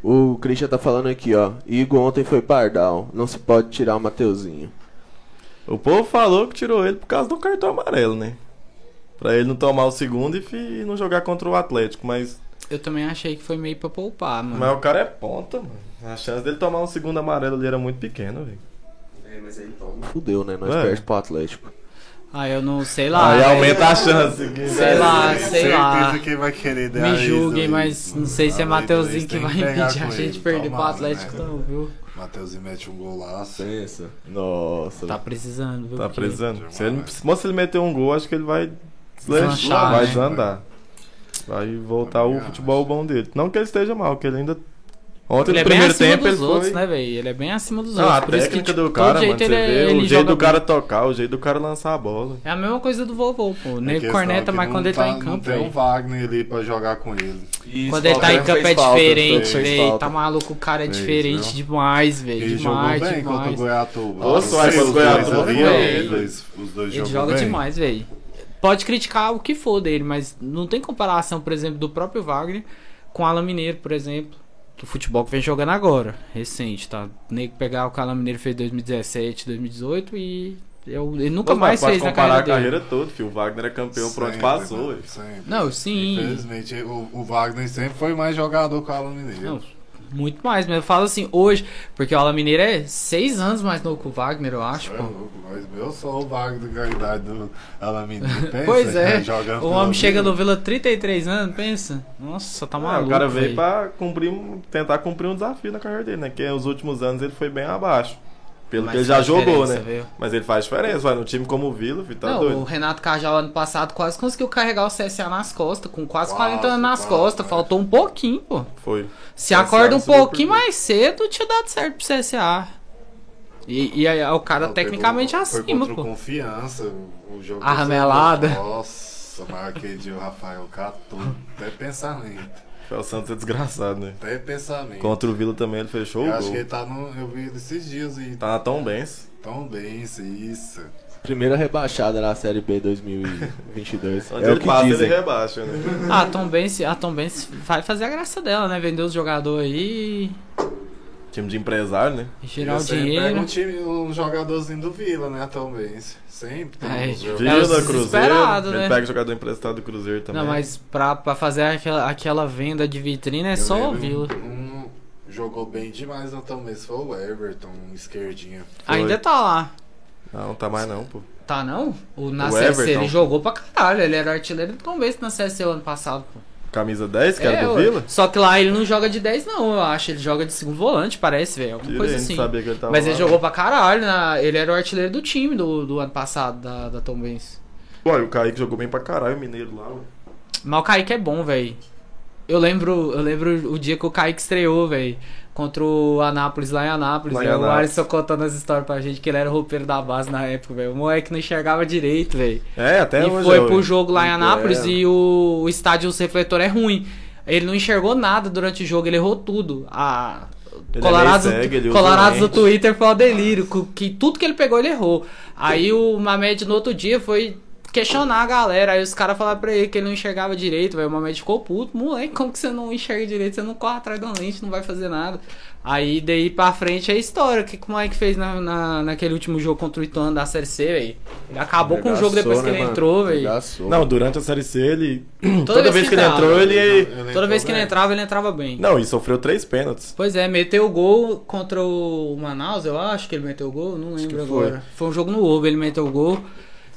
O Christian tá falando aqui, ó. Igor ontem foi pardal. Não se pode tirar o Mateuzinho. O povo falou que tirou ele por causa do cartão amarelo, né? Pra ele não tomar o segundo e fi- não jogar contra o Atlético. Mas, Eu também achei que foi meio pra poupar, mano. mas o cara é ponta, mano. A chance dele tomar um segundo amarelo ali era muito pequena, velho. É, mas aí então. Fudeu, né? Nós É. perde pro Atlético. Ah, eu não sei lá. Aí velho. aumenta a chance. que- Sei lá, Tenho sei lá. Certeza que vai querer dar Me isso julguem, aí, mas mano. não sei se é Ah, Mateuzinho dois que tem vai pegar impedir a com gente ele, perder pro tomara, Atlético, né? não, viu? Mateuzinho mete um golaço. Pensa. Nossa. Tá precisando, viu? Tá Porque- precisando. Se ele, se moço, ele meter um gol, acho que ele vai Deslanchar, deslanchar, vai né? desandar. Vai voltar o futebol bom dele. Não que ele esteja mal, que ele ainda. Ontem Ele é no bem primeiro acima tempo ele dos outros, foi. né, velho? Ele é bem acima dos Não, outros. a Por isso técnica que, de do todo cara, mano, jeito você ele, é- vê ele o joga jeito do bem. cara tocar, o jeito do cara lançar a bola. É a mesma coisa do vovô, pô. O A nego questão corneta, é que mas não quando ele tá em Não campo, tem um velho. Wagner ali pra jogar com ele. Quando ele um tá em campo é diferente, velho. Tá maluco, o cara é Fez, diferente viu? demais, velho. Ele Demais, jogou bem contra o demais. Goiatuba. Nossa, Não sei, mas os Goiatuba dois ali, foi ó, ele. os dois- Os dois Ele jogam joga bem. demais, velho. Pode criticar o que for dele, mas não tem comparação, por exemplo, do próprio Wagner com o Alan Mineiro, por exemplo. Do futebol que vem jogando agora, recente, tá? O nego pegar o que o Alan Mineiro fez em 2017, 2018 e Eu- ele nunca Mas, mais pode fez na comparar carreira a carreira dele. toda, filho. O Wagner é campeão por onde Sempre, passou. mano, ué. Sempre. Não, sim. Infelizmente, o, o Wagner sempre foi mais jogador que o Alan Mineiro. Não, muito mais, mas eu falo assim, hoje, porque o Alan Mineiro é seis anos mais novo que o Wagner, eu acho, Você é pô. louco, mas eu sou o Wagner da idade do Alan Mineiro. Pensa, Pois é, né, jogando o pelo homem chega Mineiro. no Vila 33 anos, pensa. Nossa, tá Ah, maluco. tá o cara veio velho. pra cumprir, um- tentar cumprir um desafio na carreira dele, né? Que nos últimos anos ele foi bem abaixo. Pelo Mas que ele já faz jogou, né? diferença, viu? Mas ele faz diferença, vai. No time como o Vila, filho, tá Não, o doido. Renato Cajal ano passado quase conseguiu carregar o CSA nas costas, com quase, Quase, 40 anos nas quase, costas, né? faltou um pouquinho, pô. Foi. Se CSA acorda um subiu por pouquinho dois. mais cedo, tinha dado certo pro CSA. E, e aí, o cara Não, tecnicamente pegou- foi acima, contra o pô. confiança, o jogo. A ramelada. Nossa, mas aquele dia o Rafael catou. Até pensamento. Foi o Santos é desgraçado, né? Até pensamento. Contra o Vila também ele fechou eu o acho gol. que ele tá no. Eu vi ele esses dias e Tá na Tom Benz. tão bem isso, isso. Primeira rebaixada na Série B 2022. Onde é o ele que passa, ele dizem. rebaixa, né? Ah, a Tom Benz, a Tom Benz vai fazer a graça dela, né? Vender os jogadores aí, time de empresário, né? gerar o Você Pega dinheiro. um, time, um jogadorzinho do Vila, né? Também. Sempre. tem um Ai, uns jogos. É, Vila, os Cruzeiro. desesperados, Ele né? pega jogador emprestado do Cruzeiro também. Não, mas pra, pra fazer aquela, aquela venda de vitrine é Eu só o lembro, Vila. Um jogou bem demais na também. Foi o Everton, um esquerdinho. Ainda tá lá. Não, tá mais não, pô. Tá não? O na O CSC Everton. ele jogou pra caralho, ele era artilheiro do Tom Benz na CSC o ano passado, pô. Camisa 10, que era É, do ué. Vila? Só que lá ele não joga de 10 não, eu acho, ele joga de segundo volante, parece, velho, alguma Tira, coisa a gente assim. sabia que ele tava Mas tá lá. ele jogou pra caralho, né? ele era o artilheiro do time do, do ano passado, da, da Tom Benz. Ué, o Kaique jogou bem pra caralho, o Mineiro lá, ué. Mas o Kaique é bom, velho. Eu lembro, eu lembro o dia que o Kaique estreou, velho. Contra o Anápolis, lá em Anápolis. Lá em né? O Anápolis. Alisson contando as histórias pra gente que ele era o roupeiro da base na época, velho. O moleque não enxergava direito, velho. É, até e hoje. foi ó, pro ué. jogo lá em Então, Anápolis é. e o, o estádio, os refletor é ruim. Ele não enxergou nada durante o jogo, ele errou tudo. A... Ele é Colorados, meio cego, ele usa Colorados do lente. Twitter foi ao delírio, cu- que tudo que ele pegou ele errou. Aí o Mamed no outro dia foi questionar a galera, aí os caras falaram pra ele que ele não enxergava direito, velho. o Mamed ficou puto, moleque, como que você não enxerga direito, você não corre atrás da lente, não vai fazer nada. Aí daí pra frente é história, o que, que o Mike fez na, na- naquele último jogo contra o Ituano da Série C, velho? Ele acabou com o jogo depois né, que ele entrou, velho. Não, durante a Série C, ele. Toda, vez vez que que ele entrava. entrou, ele. Ele Toda vez que entrou ele bem. entrava, ele entrava bem. Não, e sofreu três pênaltis. Pois é, meteu o gol contra o Manaus, eu acho que ele meteu o gol, não que lembro foi. agora. Foi. um jogo no Ovo, ele meteu o gol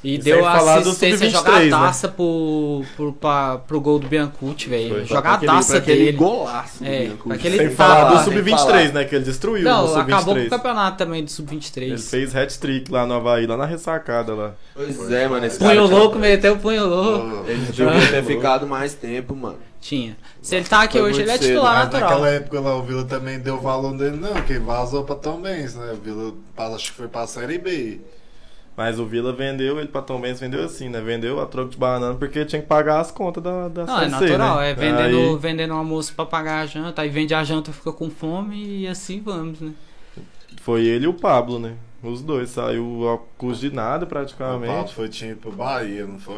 e, E deu sem a falar do assistência sub-23, jogadaça pro, pro, pra- pro gol do Biancucci, velho. Foi. Jogadaça dele. golaço. É, Bianco. pra aquele Sem Ele falar tava- do Sub-23, né? Que ele destruiu Não, no acabou com o Sub-23. campeonato também do Ele Sub-23. fez hat-trick lá no Havaí, lá na ressacada lá. Pois é, mano. Esse Punho cara tinha- louco, meteu o punho louco. Ô, Ele Ah. devia ter ficado mais tempo, mano. Tinha. Se ele tá aqui Foi hoje, muito ele é cedo, titular Mas natural. naquela época lá o Vila também deu valor dele, não, que vazou pra Tom Benz, né? O Vila passa- acho que foi pra Série B. Mas o Vila vendeu, ele pra Tom Benz vendeu assim, né? Vendeu a troco de banana porque tinha que pagar as contas da, da Não, é Série C, natural, né? é vendendo, Aí- vendendo almoço pra pagar a janta, aí vende a janta, fica com fome e assim vamos, né? Foi ele e o Pablo, né? Os dois. Saiu a custo de nada O Paulo praticamente. foi tinha ido pro Bahia, não foi?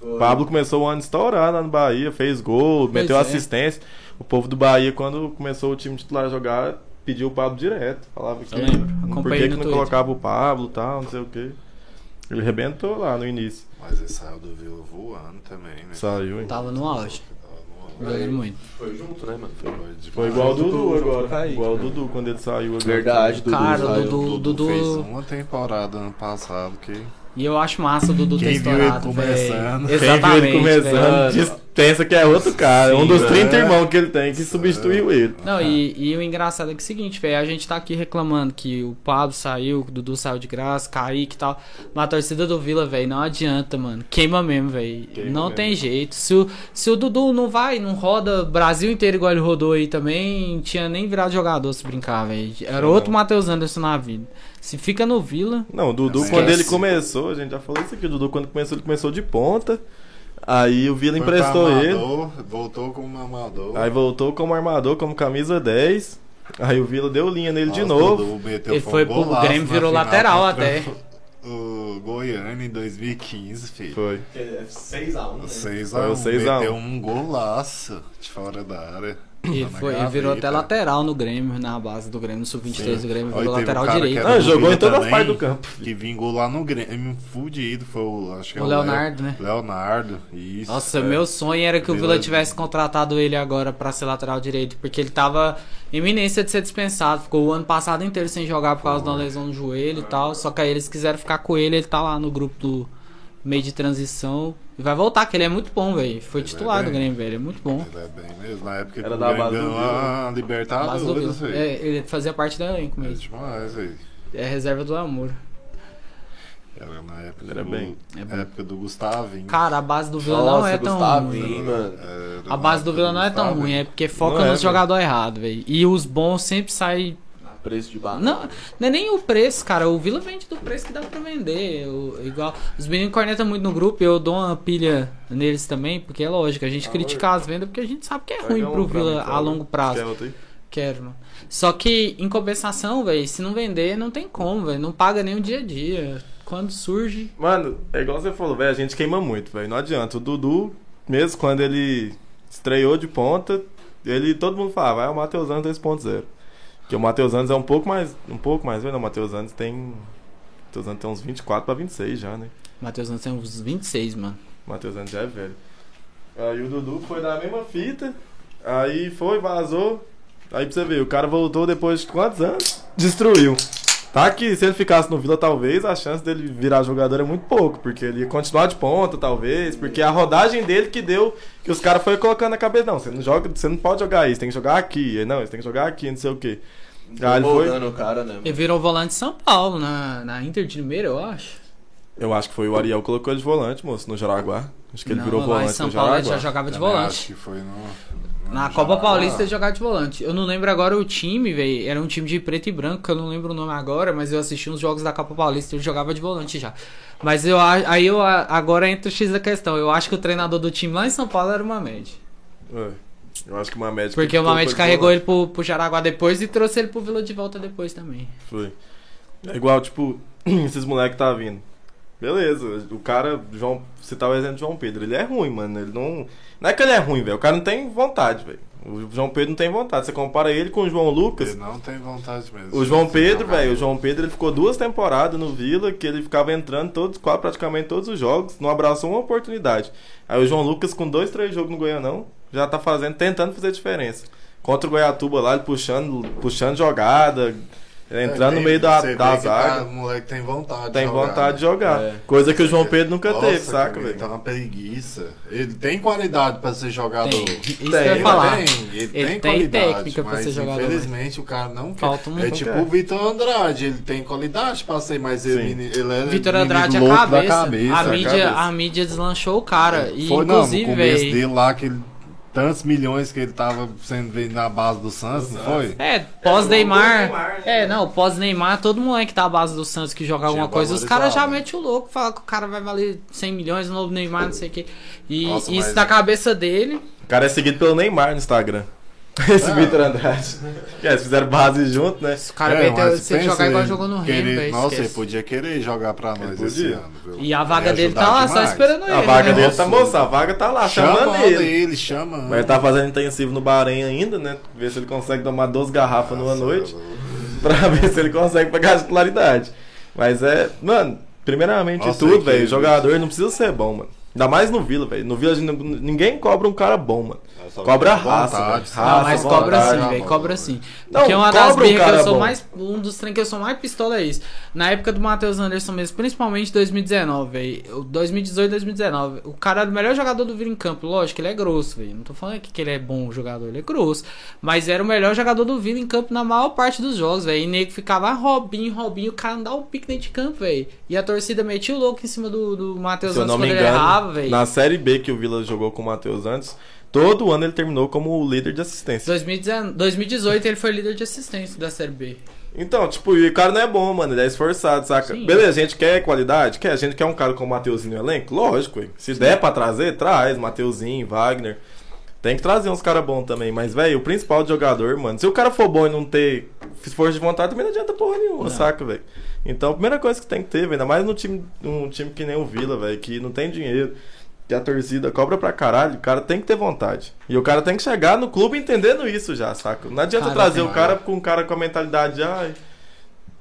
Foi. Pablo começou o ano estourado lá no Bahia, fez gol, Pois meteu é. assistência. O povo do Bahia, quando começou o time titular a jogar, pediu o Pablo direto. Falava que Eu lembro, por acompanhei que, que no não Twitter. colocava o Pablo e tal, não sei o quê. Ele arrebentou lá no início. Mas ele saiu do Vila voando também, né? Saiu, hein? Tava no auge. Jogando muito. Foi junto, né, mano? Foi igual o Dudu Dudu agora. tá Kaique, igual o né? Dudu quando ele saiu agora. Verdade, Dudu. Cara, saiu. Dudu- Dudu- O Dudu fez uma temporada ano passado que. E eu acho massa o Dudu ter Quem viu ele estourado, velho. começando. Quem Quem viu ele Exatamente, começando, velho. diz- pensa que é outro cara. um dos né? 30 irmãos que ele tem que substituiu ele. Não, e, e o engraçado é que é o seguinte, velho, a gente tá aqui reclamando que o Pablo saiu, que o Dudu saiu de graça, Kaique e tal. Mas a torcida do Vila, velho, não adianta, mano. Queima mesmo, velho. Queima Não mesmo. tem jeito. Se o, se o Dudu não vai, não roda Brasil inteiro igual ele rodou aí também, tinha nem virado jogador se brincar, velho. Era Não. outro Matheus Anderson na vida. Se fica no Vila, Não, o Dudu, Esquece. quando ele começou, a gente já falou isso aqui, o Dudu, quando começou, ele começou de ponta. Aí o Vila Foi emprestou pra ele. amador, Voltou como amador. Aí voltou como armador, como camisa 10. Aí o Vila deu linha nele de Nossa, novo. o Dudu meteu Ele um foi pro- o golaço Grêmio na virou final lateral contra até. O Goiânia em 2015, filho. Foi. 6x1, né? 6 Foi o a 1 6 a 1. meteu um golaço de fora da área. Ele, foi, ele virou até lateral no Grêmio, na base do Grêmio, no É. sub-23 do Grêmio, virou um lateral direito. Ah, jogou em todas as partes do campo. Que vingou lá no Grêmio, fudido, foi o, acho que é O o Leo- Leonardo, né? Leonardo, isso. Nossa, é. meu sonho era que o Vila- Vila tivesse contratado ele agora pra ser lateral direito, porque ele tava em iminência de ser dispensado. Ficou o ano passado inteiro sem jogar por causa de uma lesão no joelho e tal. Só que aí eles quiseram ficar com ele, ele tá lá no grupo do meio de transição. E vai voltar, que ele é muito bom, velho. Foi titular do bem. Grêmio, velho. Ele é muito bom. Ele é bem mesmo, na época Era que o da Grêmio base do ganhou Vila. a Mas do Vila. Libertadores, velho. É, ele fazia parte do elenco É mesmo. demais, velho. É a reserva do amor. Era na época Era do, bem. É bom. época do Gustavinho. Cara, a base do Vila não Nossa, é tão ruim. Gustavinho, mano. Era na A base do época Vila não é tão Gustavinho. ruim, é porque foca Não é, nos velho. jogadores errados, velho. E os bons sempre saem Preço de barra. Não, não é nem o preço, cara. O Vila vende do preço que dá pra vender. Eu- igual, os meninos cornetam muito no grupo, eu dou uma pilha neles também, porque é lógico, a gente critica as vendas porque a gente sabe que é Pega ruim um pro pra mim, Vila por a favor. longo prazo. Quer outro aí? Quero, mano. Só que, em compensação, velho, se não vender, não tem como, velho. Não paga nem o dia a dia. Quando surge. Mano, é igual você falou, velho, a gente queima muito, velho. Não adianta. O Dudu, mesmo quando ele estreou de ponta, ele todo mundo falava, "Ah, é o Matheus Andes 2.0. Porque o Matheus Andes é um pouco mais, um pouco mais velho, não, o Matheus Andes tem Matheus Andes tem uns 24 pra 26 já, né? Matheus Santos tem uns 26, mano. O Matheus Andes já é velho. Aí o Dudu foi da mesma fita, aí foi, vazou. Aí pra você ver, o cara voltou depois de quantos anos? Destruiu. Tá que se ele ficasse no Vila, talvez a chance dele virar jogador é muito pouco, porque ele ia continuar de ponta, talvez, porque a rodagem dele que deu, que os caras foram colocando na cabeça, não, você não joga, você não pode jogar isso, tem que jogar aqui, Aí, não, você tem que jogar aqui, não sei o quê. Ah, ele foi- Moldando o cara, né? mano? Ele virou volante de São Paulo, na, na Inter de Limeira, eu acho. Eu acho que foi o Ariel que colocou de volante, moço, no Jaraguá. Acho que ele não, virou lá volante em São no Paulo Jaraguá. ele já jogava de Também volante. Acho que foi no. no Na Copa Jaraguá. Paulista ele jogava de volante. Eu não lembro agora o time, velho. Era um time de preto e branco, que eu não lembro o nome agora, mas eu assisti uns jogos da Copa Paulista e ele jogava de volante já. Mas eu a- aí eu a- agora entra o X da questão. Eu acho que o treinador do time lá em São Paulo era o Mamed. É. Eu acho que o Mamed. Porque o Mamed carregou ele pro, pro Jaraguá depois e trouxe ele pro Vila de volta depois também. Foi. É igual, tipo, esses moleques tá vindo. Beleza, o cara, João, citar o exemplo de João Pedro, ele é ruim, mano. Ele não. Não é que ele é ruim, velho. O cara não tem vontade, velho. O João Pedro não tem vontade. Você compara ele com o João Lucas. Ele não tem vontade mesmo. O João Sim, Pedro, não, velho, o João Pedro ele ficou duas temporadas no Vila, que ele ficava entrando todos, quase praticamente todos os jogos, não abraçou uma oportunidade. Aí o João Lucas, com dois, três jogos no Goianão, já tá fazendo, tentando fazer diferença. Contra o Goiatuba lá, ele puxando, puxando jogada, entrando no É, tem- meio da, você da vê que tá- zaga. O moleque tem Tem vontade. de jogar, vontade de né? jogar. É. Coisa que o João Pedro nunca Nossa, teve, saca, cara, Ele tá velho? uma preguiça. Ele tem qualidade pra ser jogador. Tem. É, Isso que Tem, eu ia falar. Ele tem, ele Ele tem tem qualidade, técnica pra mas ser jogador, né? Infelizmente o cara não quer. Falta um- é não tipo quer. o Vitor Andrade, ele tem qualidade pra ser, mas Sim. ele, ele é. Vitor menino Andrade a louco da cabeça. cabeça, A da mídia, cabeça. a mídia deslanchou o cara. E Foi não, no inclusive, começo velho. dele lá, que ele- tantos milhões que ele tava sendo vendido na base do Santos, não foi? É, pós-Neymar. Neymar, né? É, não, pós-Neymar, todo moleque da base do Santos que joga alguma coisa, os caras já valorizado, né? metem o louco, fala que o cara vai valer 100 milhões, o novo Neymar, não sei o quê. E Nossa, isso mas- na cabeça dele. O cara é seguido pelo Neymar no Instagram. Ah. Esse Vitor Andrade. É, eles fizeram base junto, né? O cara É, meteu- mas se ele pensa jogar igual ele jogou no querer- Remo, velho. Nossa, ele esquece. podia querer jogar pra nós podia. esse ano. viu? E a vaga Ia dele tá ajudar lá, só demais. esperando ele. A vaga né? dele tá Nossa. moça, a vaga tá lá, Chama chamando ele, ele. ele chama. Mas ele tá fazendo intensivo no Bahrein ainda, né? Ver se ele consegue tomar 12 garrafas numa noite. Pra ver se ele consegue pagar a titularidade. Mas é. Mano, primeiramente de Nossa, tudo, que- velho. Jogador não precisa ser bom, mano. Ainda mais no Vila, velho. No Vila a gente não- ninguém cobra um cara bom, mano. É, Cobra raça, vontade, velho. Não, Raça, mas Ah, vontade. cobra sim, Ah, velho, bom, cobra bom. sim. Não, Porque uma das cobra um birras que cara eu sou bom. mais. Um dos treinos que eu sou mais pistola é isso. Na época do Matheus Anderson mesmo, principalmente 2019, velho. o 2018, 2019. O cara era o melhor jogador do Vila em campo. Lógico, ele é grosso, velho. Não tô falando que que ele é bom jogador, ele é grosso. Mas era o melhor jogador do Vila em campo na maior parte dos jogos, velho. E nego ficava "Ah, Robinho, Robinho, o cara não dá um pique dentro de campo, velho. E a torcida metia o louco em cima do, do Matheus Se eu Anderson não quando me ele errava, engano, velho. na Série B que o Vila jogou com o Matheus antes, todo ano ele terminou como o líder de assistência. 2019 2018 ele foi líder de assistência da Série B. Então, tipo, e o cara não é bom, mano. Ele é esforçado, saca? Sim. Beleza, a gente quer qualidade? Quer. A gente quer um cara como o Mateuzinho no elenco? Lógico, hein? Se der pra trazer, traz. Mateuzinho, Wagner. Tem que trazer uns caras bons também. Mas, velho, o principal jogador, mano. Se o cara for bom e não ter esforço de vontade, também não adianta porra nenhuma, saca, velho? Então, a primeira coisa que tem que ter, velho, ainda mais num time, num time que nem o Vila, velho, que não tem dinheiro. que a torcida cobra pra caralho, o cara tem que ter vontade. E o cara tem que chegar no clube entendendo isso já, saca? Não adianta Cara, trazer tem o cara com um cara com a mentalidade de, ai,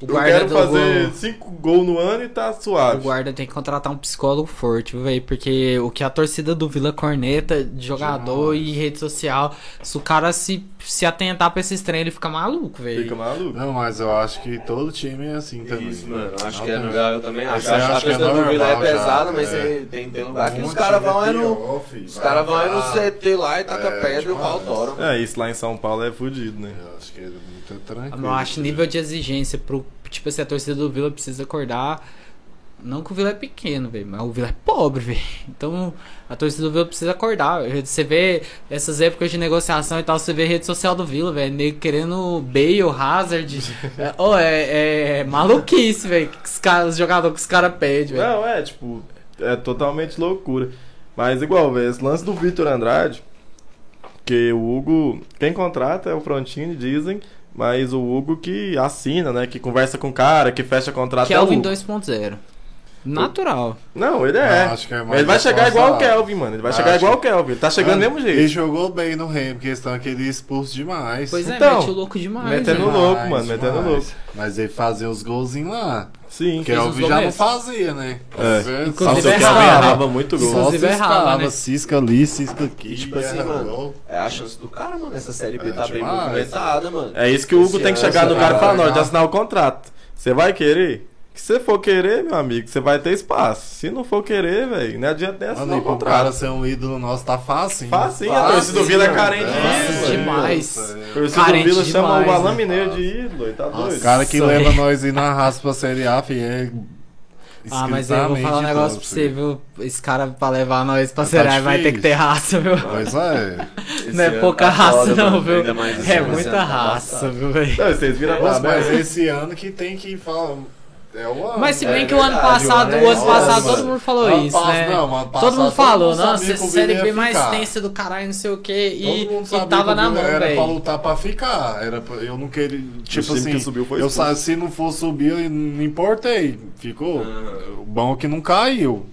O eu quero do fazer gol- 5 gols no ano e tá O suave. guarda tem que contratar um psicólogo forte, velho, porque o que a torcida do Vila corneta, de jogador e rede social, se o cara se, se atentar pra esses trem, ele fica maluco, Fica velho. maluco. Não, mas eu acho que todo time é assim também. Isso, mano. Acho Não, que é tem- normal. Eu também acho. Isso tá. aí eu acho que acho que a é torcida do Vila é normal já, pesada, mas é. é- tem, tem lugar que Um os caras time vão é no. pior, filho, Os vai caras vão é no lá. CT lá e taca um Ah. É, pedra e o pau demais. tora. mano. É, isso lá em São Paulo é fudido, né? Eu acho que é muito Eu tranquilo. não acho nível de exigência pro. Tipo assim, a torcida do Vila precisa acordar. Não que o Vila é pequeno, velho, mas o Vila é pobre, velho. Então a torcida do Vila precisa acordar. velho. Você vê essas épocas de negociação e tal, você vê rede social do Vila, velho. Nego querendo Bale, Hazard. é, oh, é, é maluquice, velho. que Os, caras- os jogadores que os caras pedem, velho. Não, é, tipo, é totalmente loucura. Mas igual, velho, esse lance do Vitor Andrade, que o Hugo, quem contrata é o Frontini, dizem, mas o Hugo que assina, né, que conversa com o cara, que fecha contrato é o Kelvin Hugo. 2.0. Natural. Não, ele é. Eu acho que é mais ele vai chegar resposta- igual o Kelvin, mano. Ele vai Eu chegar acho igual o que- Kelvin. Ele tá chegando do mesmo Ele jeito. jogou bem no Remo, porque eles estão aquele expulso demais. Pois é, Então, mete o louco demais. né? metendo velho. louco. mano, metendo louco. Mas ele fazia os golzinhos lá. Sim. Que eu os já não gols. fazia, né? É. Só Inclusive, se Nossa, o é Kelvin errava. errava muito gol. Inclusive, Só se errava, escalava, né? Cisca ali, cisca aqui. Tipo assim, erra mano. gol. É a chance do cara, mano. Essa série B É tá bem demais. movimentada, mano. É isso que o Hugo Esse tem que ano, chegar no esse cara e ano falar, vai "Não, ganhar. de assinar o contrato. Você vai querer? Que se for querer, meu amigo, você vai ter espaço. Se não for querer, velho, não adianta nem assinar Mano, e o pro contrato. cara ser um ídolo nosso tá fácil, hein? Facinho, a Facinho, torcida do Vila é mano. carente Nossa, disso. Nossa, demais. é. A torcida Carente do Vila chama o demais, Alan né? Mineiro de ídolo e tá Os doido. caras que Nossa, levam velho. nós e na raça pra Série A, fi, é. Ah, mas eu vou falar um escritamente negócio top, pra você, viu? Esse cara pra levar nós pra Tá será vai ter que difícil. ter raça, viu? Pois é. Esse Não é ano pouca tá raça, foda, não, mano. viu? Ainda mais esse É ano, esse muita ano tá raça, embaçado. viu, velho? Não, vocês viram a né? Nossa, mas mas é esse ano que tem que falar. É o ano. Mas se né? bem É que o ano verdade, passado, mano, o é ano isso, passado mano. todo mundo falou Ano isso, pass- né? não, todo ano mundo passado falou, todo mundo nossa, sabia essa que o série Vila B ia mais ficar. tensa do caralho, não sei o quê, e, Todo mundo e sabia que tava o na mão, Vila era pra velho. lutar pra ficar. Era pra- eu não queria. Tipo time assim, que subiu foi eu expulso. sa- se não for subir, eu não importei. Ficou. Ah. O bom é que não caiu.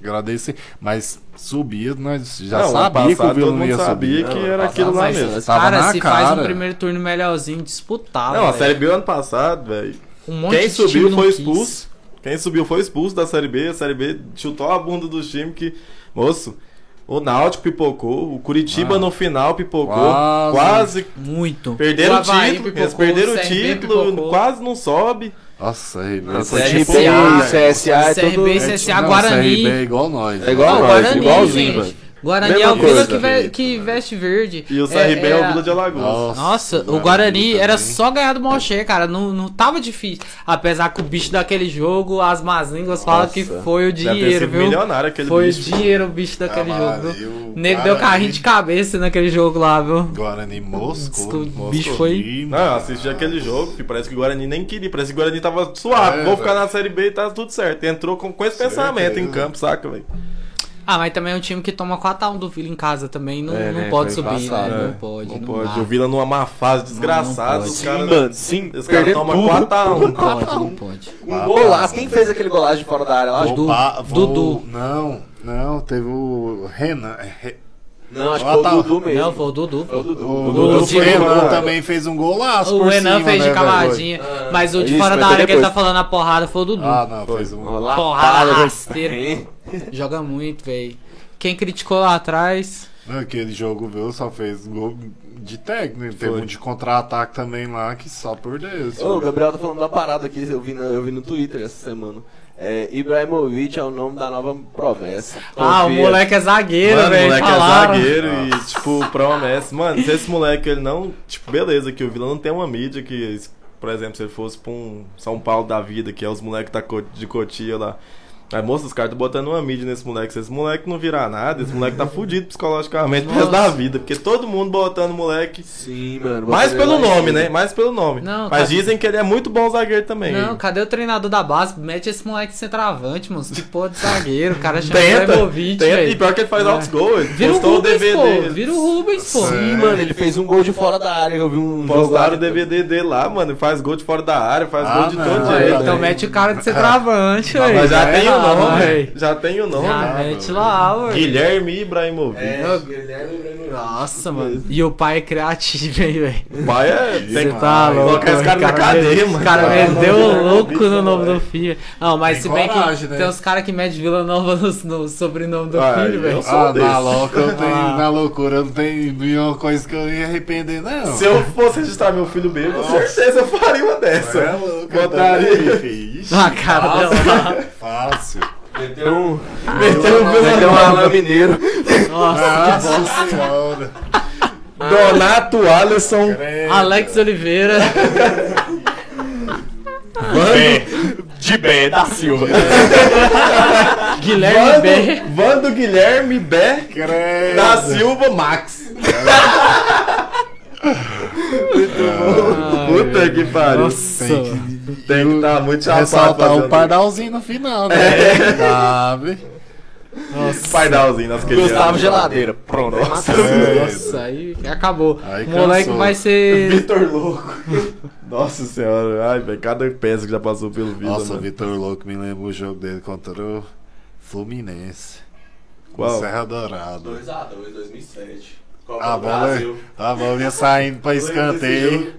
Agradecer. Mas subir, nós já Não, ano sabia que o passado Vila todo não mundo ia sabia subir. que Não, era passado, aquilo lá mas- mesmo. Tava cara, na se faz um cara. primeiro turno melhorzinho, disputado. Ah, Não, a Série é. B ano passado, velho. Um monte Quem de time subiu não foi quis. expulso. Quem subiu foi expulso da Série B. A Série B chutou a bunda do time que. Moço, o Náutico pipocou. O Curitiba Ah. no final pipocou. Quase. Quase. Muito. Perderam o, Havaí título. pipocou, eles perderam o CRB título. pipocou. Quase não sobe. Nossa, Ribeiro. Não, Essa Série tipo- B, ah, CSA, CSA é CRB, tudo- é CSA, Não, Guarani. Série B é igual nós. É Ah, igual Não, nós, Guarani, igualzinho, gente. velho. Guarani Mesma é o Vila coisa. que, ve- que veste verde. E o CRB é, o Vila de Alagoas. Nossa, o Guarani era só ganhar do Malcher, cara. Não, não tava difícil. Apesar que o bicho daquele jogo, as más línguas falam que foi o Deve ter dinheiro, sido viu? milionário aquele Foi bicho. o dinheiro o bicho daquele Ah, jogo. mas viu? eu- O nego deu Guarani- carrinho de cabeça naquele jogo lá, viu? Guarani Desculpa, Moscou. o Moscou bicho foi- Lima. Não, eu assisti aquele jogo, filho, parece que o Guarani nem queria, parece que o Guarani tava suave, É, vou ficar velho. na Série B e tá tudo certo. Entrou com, com esse Certeza. pensamento né? em campo, saca, velho? Ah, mas também é um time que toma 4x1 do Vila em casa também. Não, É, não né, pode foi subir, embaçado, né? É, Não pode. Não, Não, pode. dá. O Vila numa má fase Não, não desgraçada, pode. os Sim, caras. mano, sim. Os caras Perdeu tomam tudo. 4x1. Não pode, não pode. Um golaço. Quem fez aquele golaço de fora da área lá? Gol. Du- Opa, vou- Dudu. Não, não, teve o Renan. é, Re- Não, acho que Ah, foi o tá. Dudu mesmo. Não, foi o Dudu. Foi o pô. Dudu. O Dudu Dudu foi Renan embora. também fez um golaço. O por Renan cima, fez né, de velho? cavadinha. Ah, Mas É o de isso, fora mas da foi área que ele tá depois. falando a porrada foi o Dudu. Ah, não, fez um. Uma lapada, Porrada, velho. rasteira. tá. Hein? tá. Joga muito, velho. Quem criticou lá atrás. Não, Aquele jogo, viu, só fez gol de técnico. Teve Foi. um de contra-ataque também lá, que só por Deus. Ô, o Gabriel tá falando da parada aqui, eu vi, na- eu vi no Twitter essa semana. É, Ibrahimovic é o nome da nova promessa. Ah, o Confia. moleque é zagueiro, Mano, o velho. moleque Falaram. é zagueiro e, tipo, promessa. Mano, se esse moleque ele não. Tipo, beleza, que o Vila não tem uma mídia que, por exemplo, se ele fosse pra um São Paulo da vida, que é os moleques da Co- de Cotia lá. Aí, moça, os caras estão botando uma mídia nesse moleque. Se esse moleque não virar nada, esse moleque tá fudido psicologicamente pro resto da vida. Porque todo mundo botando o moleque. Sim, mano. Mais botando pelo ele lá em nome, cima. né? Mais pelo nome. Não, Mas cara. dizem que ele é muito bom zagueiro também. Não, cadê o treinador da base? Mete esse moleque de centroavante, mano. Que porra de zagueiro. O cara chama Tenta, Ibrahimovic, tenta, e velho. pior que ele faz É. altos gols, ele Vira o postou o Rubens, DVD. pô. Vira o Rubens, pô. Sim, mano, ele fez um gol de fora da área. Eu vi um jogo lá Postaram o que- DVD dele lá, mano. Faz gol de fora da área, faz Ah, gol de não, todo não, Aí, jeito. então também. mete o cara de centroavante, Não, velho. Mas já Não é tem o lá, nome. véi. Já tem o nome. né? Já não, mete não. lá, ué. Guilherme Ibrahimovic. É, Não. Guilherme Breno. Nossa, mano. E o pai é criativo, hein, velho. O pai é. Você Tem... tá Vai, louco. colocar esse cara na o cadeia, meteu- mano. O cara Tá meteu louco, o louco bicho, no nome velho. do filho. Não, mas né? é. Tem se bem coragem, que né? tem uns caras que metem Vila Nova no, no sobrenome do Ah, filho, eu velho. sou Ah, desse. na louca, eu tenho, Ah. na loucura, eu não tem nenhuma coisa que eu ia arrepender, não. Se eu fosse registrar meu filho bêbado, com certeza eu faria uma dessa. é louco, eu Botaria. daria, filho. Ixi, Na Ah, cara dela. Fácil. Meteu um. Meteu um Vila Meteu um Nova. Alain Mineiro. Nossa. Nossa senhora. Donato Alisson. Credo. Alex Oliveira. Bé. De Bé da Silva. Guilherme B. Vando, Vando Guilherme Bé Credo. da Silva Max. Puta que pariu. Nossa. Tem mano. Tem que estar muito chapado. Ressaltar fazendo o pardalzinho um no final, né? É. Sabe? isso. Pardalzinho nas crianças. Gustavo Geladeira. Pronto. Nossa, aí acabou. Aí o moleque cansou. vai ser. Vitor Louco. Nossa senhora. Ai, velho. Cada peça que já passou pelo né? Vila, Nossa, o mano. Vitor Louco me lembra o jogo dele contra o Fluminense. Qual? Serra Dourado. 2x2, 2007. Copa A do bola, é- Brasil. a bola ia saindo pra escanteio.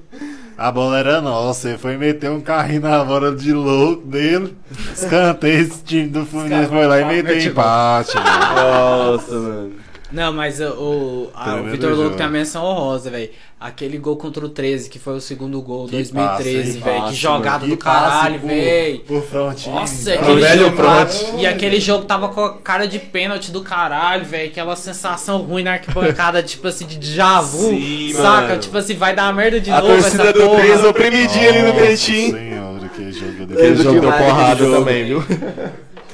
A bola era nossa. Ele foi meter um carrinho na bola de louco dele. Escanteio esse time do Fluminense. Foi lá e meteu mete empate. velho. Nossa, mano. Não, mas o, o, a- o Primeiro Vitor Louco jogo. tem a menção honrosa, velho. Aquele gol contra o 13, que foi o segundo gol, Que 2013, passe, hein? velho. Que Passe, jogada mano. do Que passe caralho, pro- velho. Pro frontinho. Nossa, Pro aquele velho jogo lá- Prat. E aquele jogo tava com a cara de pênalti do caralho, velho. Aquela sensação ruim na arquibancada, tipo assim, de déjà vu. Sim, saca? mano. Tipo assim, vai dar merda de A novo torcida essa do porra. 3 oprimidinha ali no cantinho. Senhora, que jogo dele. Aquele Lembro jogo deu demais porrada daquele jogo. também, viu?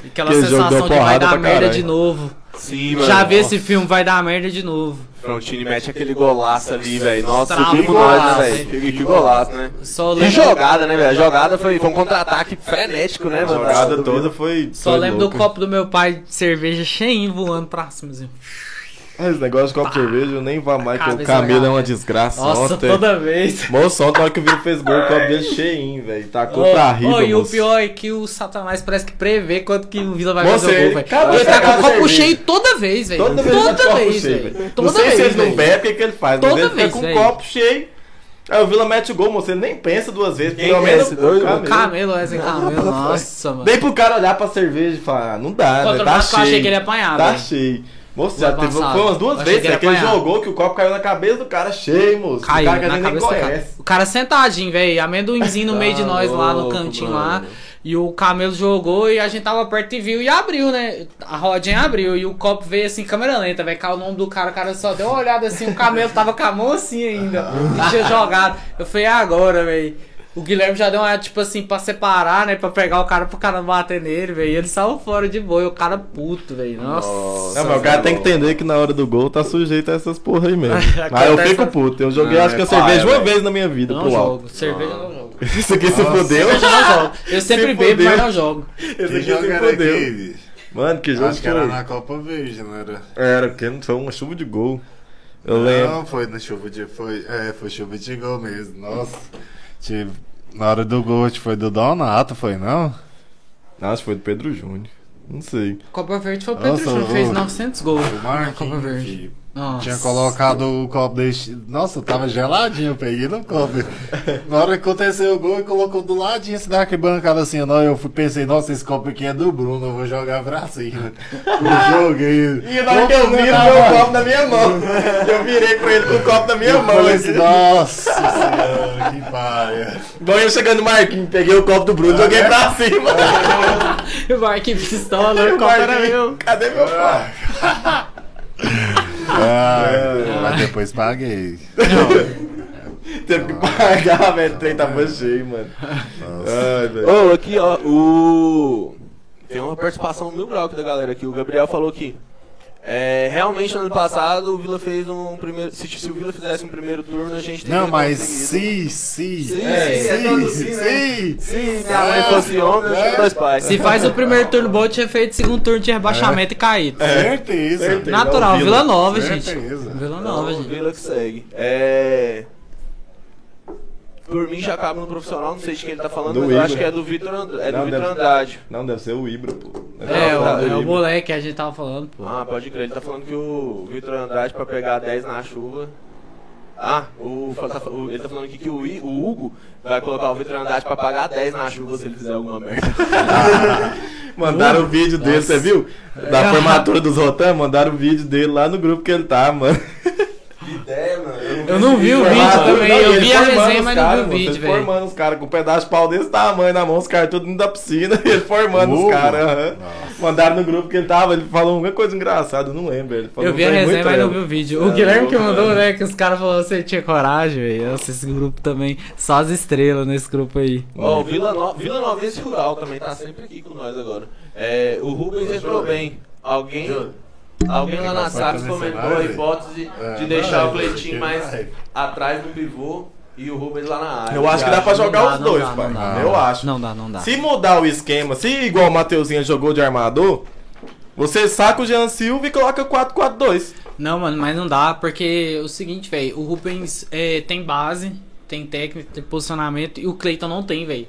Aquela Aquele jogo sensação deu de vai porrada dar pra merda caralho. de novo. Sim, Já vi esse filme, vai dar merda de novo. um Frontini mete aquele golaço ali, velho. Nossa, Trava que o golaço, golaço, velho. hein? Que, que golaço, né? Só Que lembro, jogada, né, velho? A jogada foi, foi um contra-ataque frenético, né, A mano? jogada toda foi. É, só foi lembro do louca. copo do meu pai de cerveja cheinho voando pra cima. Assim. Ah, Esse negócio de copo de cerveja eu nem vá mais, que o Ah, Cabeça Camilo da é uma galera. desgraça. Nossa, ontem. toda vez. Moço, ontem na hora que o Vila fez gol, o copo dele cheinho, velho. Tacou Ô, pra riba, ô, e o moço. pior é que o Satanás parece que prevê quanto que o Vila vai Moço, fazer o ele gol, velho. acaba Ele de tá sacar com o da copo cerveja. cheio toda vez, velho. Toda vez ele tá com o copo cheio, velho. velho. Toda Não sei vez, se ele não velho. bebe, o que que ele faz? Mas Toda ele fica vez, com o velho. copo cheio. Aí o Vila mete o gol, moço. Ele nem pensa duas vezes. Quem Pelo que é menos esse doido? o Camilo. Camelo, Wesley Camelo. Nossa, mano. Nem pro cara olhar pra cerveja e falar, ah, não dá, Contra né? o Tá Vasco, eu cheio. achei que ele ia apanhar, Tá velho. cheio. Moço, Vai já teve, foi passar. umas duas Eu achei vezes que ele né, que ele apanhava. jogou, que o copo caiu na cabeça do cara cheio, moço. Caiu o cara que a na gente nem cabeça do cara. conhece. O cara sentadinho, velho. Amendoinzinho no meio de nós lá Tá no louco, cantinho lá. mano. E o Camelo jogou e a gente tava perto e viu e abriu, né? A rodinha abriu e o copo veio assim, câmera lenta, velho. Caiu o nome do cara, o cara só deu uma olhada assim, o Camelo tava com a mão assim ainda. E tinha jogado. Eu falei, "É agora, velho. O Guilherme já deu uma, tipo assim, pra separar, né? Pra pegar o cara pro cara não bater nele, velho. E Ele saiu fora de boi, o cara puto, velho. Nossa. Não, mas o cara tem que entender que na hora do gol tá sujeito a essas porra aí mesmo. Mas eu Acontece fico essa- puto. Eu joguei, Ah, acho que é a cerveja paia, uma velho. vez na minha vida Não pro jogo, alto. cerveja não jogo. Isso aqui se fodeu. Eu já não jogo. Eu sempre Se bebo, fudeu. mas não jogo. Esse Que aqui jogo se era fodeu. aquele? Mano, que jogo Acho que era foi? na Copa Verde, não era? Era, porque foi uma chuva de gol. Eu lembro. Não, foi na chuva de. Foi, é, foi chuva de gol mesmo. Nossa. Tive- na hora do gol, acho que foi do Donato, foi não? Acho que foi do Pedro Júnior. Não sei. Copa Verde foi o Nossa, Pedro Júnior, fez o- 900 gols O na Copa Marquinhos. Verde. filho. Nossa. Tinha colocado o copo desse. Nossa, tava geladinho, eu peguei no copo. Na hora que aconteceu o gol, ele colocou do ladinho esse da arquibancada assim. Não, eu fui- pensei, nossa, esse copo aqui é do Bruno, eu vou jogar pra cima. Eu joguei. E na hora que eu vi, ele Opa, deu o copo na minha mão. Eu virei pra ele com o copo na minha Eu mão. falei assim, assim. nossa senhora, que paia. Igual eu chegando no Marquinhos, peguei o copo do Bruno, joguei pra cima. Vai que pistola, o É, O copo era Marquinhos, meu. Cadê meu pai? Ah, mas depois paguei. Teve que pagar, velho. O trem tava cheio, mano. Ai, velho. Ô, aqui, ó, o. Tem uma participação mil grau aqui da galera aqui. O Gabriel falou que. é, realmente no ano passado o Vila fez um primeiro. Se, se o Vila fizesse um primeiro turno, a gente teria Não, mas conseguido. se, se, Se, é, se, é todo se, se, Se minha mãe fosse homem, eu tinha dois pais. Se faz o primeiro turno bom, tinha feito o segundo turno de rebaixamento e caído. certeza. Certeza. Natural, É. Vila. É, Vila Nova, gente. Certeza. Vila Não, Nova, gente. Vila que segue. É. Por mim já acaba no profissional, não sei de quem ele tá falando, Do mas eu acho Igor. que é do Vitor Andrade. É do Não, Vitor deve- Andrade. Não, deve ser o Ibra, pô. Deve É, ser o, do é o Ibra. moleque que a gente tava falando, pô. Ah, pode crer, ele tá falando que o Vitor Andrade pra pegar 10 na chuva. Ah, o, tá- o- ele tá falando aqui que o, I- o Hugo vai colocar o Vitor Andrade pra pagar 10 na chuva se ele fizer alguma merda. Mandaram o vídeo dele, você viu? Da formatura dos Rotan, mandaram o vídeo dele lá no grupo que ele tá, mano. Que ideia, mano. Eu não vi o vídeo tá Formado. também, Não, eu ele vi a formando resenha, os mas não vi caras, o mano, vídeo, ele velho. Formando os caras com um pedaço de pau desse tamanho na mão, os caras tudo dentro da piscina, ele formando Ovo. os caras. aham. Mandaram no grupo que ele tava, ele falou alguma coisa engraçada, eu não lembro. Ele falou, Eu vi a "Foi resenha, muito mas não ela." vi o vídeo. O É, Guilherme louco, que mandou, velho. né? Que os caras falaram que você tinha coragem, velho. Nossa, esse grupo também. Só as estrelas nesse grupo aí. Ó, o Vila, no... Vila Novense Rural também tá sempre aqui com nós agora. É, o Rubens entrou bem. Alguém, alguém lá na Vai SAPS começar, comentou vai, a velho. hipótese É, de deixar vai, o Cleitinho vai. mais atrás do pivô e o Rubens lá na área. Eu acho que dá pra jogar Não dá, os não dois, dá, pai. não dá. eu acho. Não dá, não dá. Se mudar o esquema, se igual o Mateuzinho jogou de armador, você saca o Jean Silva e coloca 4-4-2. Não, mano, mas não dá, porque é o seguinte, velho, o Rubens é, tem base, tem técnica, tem posicionamento, e o Cleiton não tem, velho.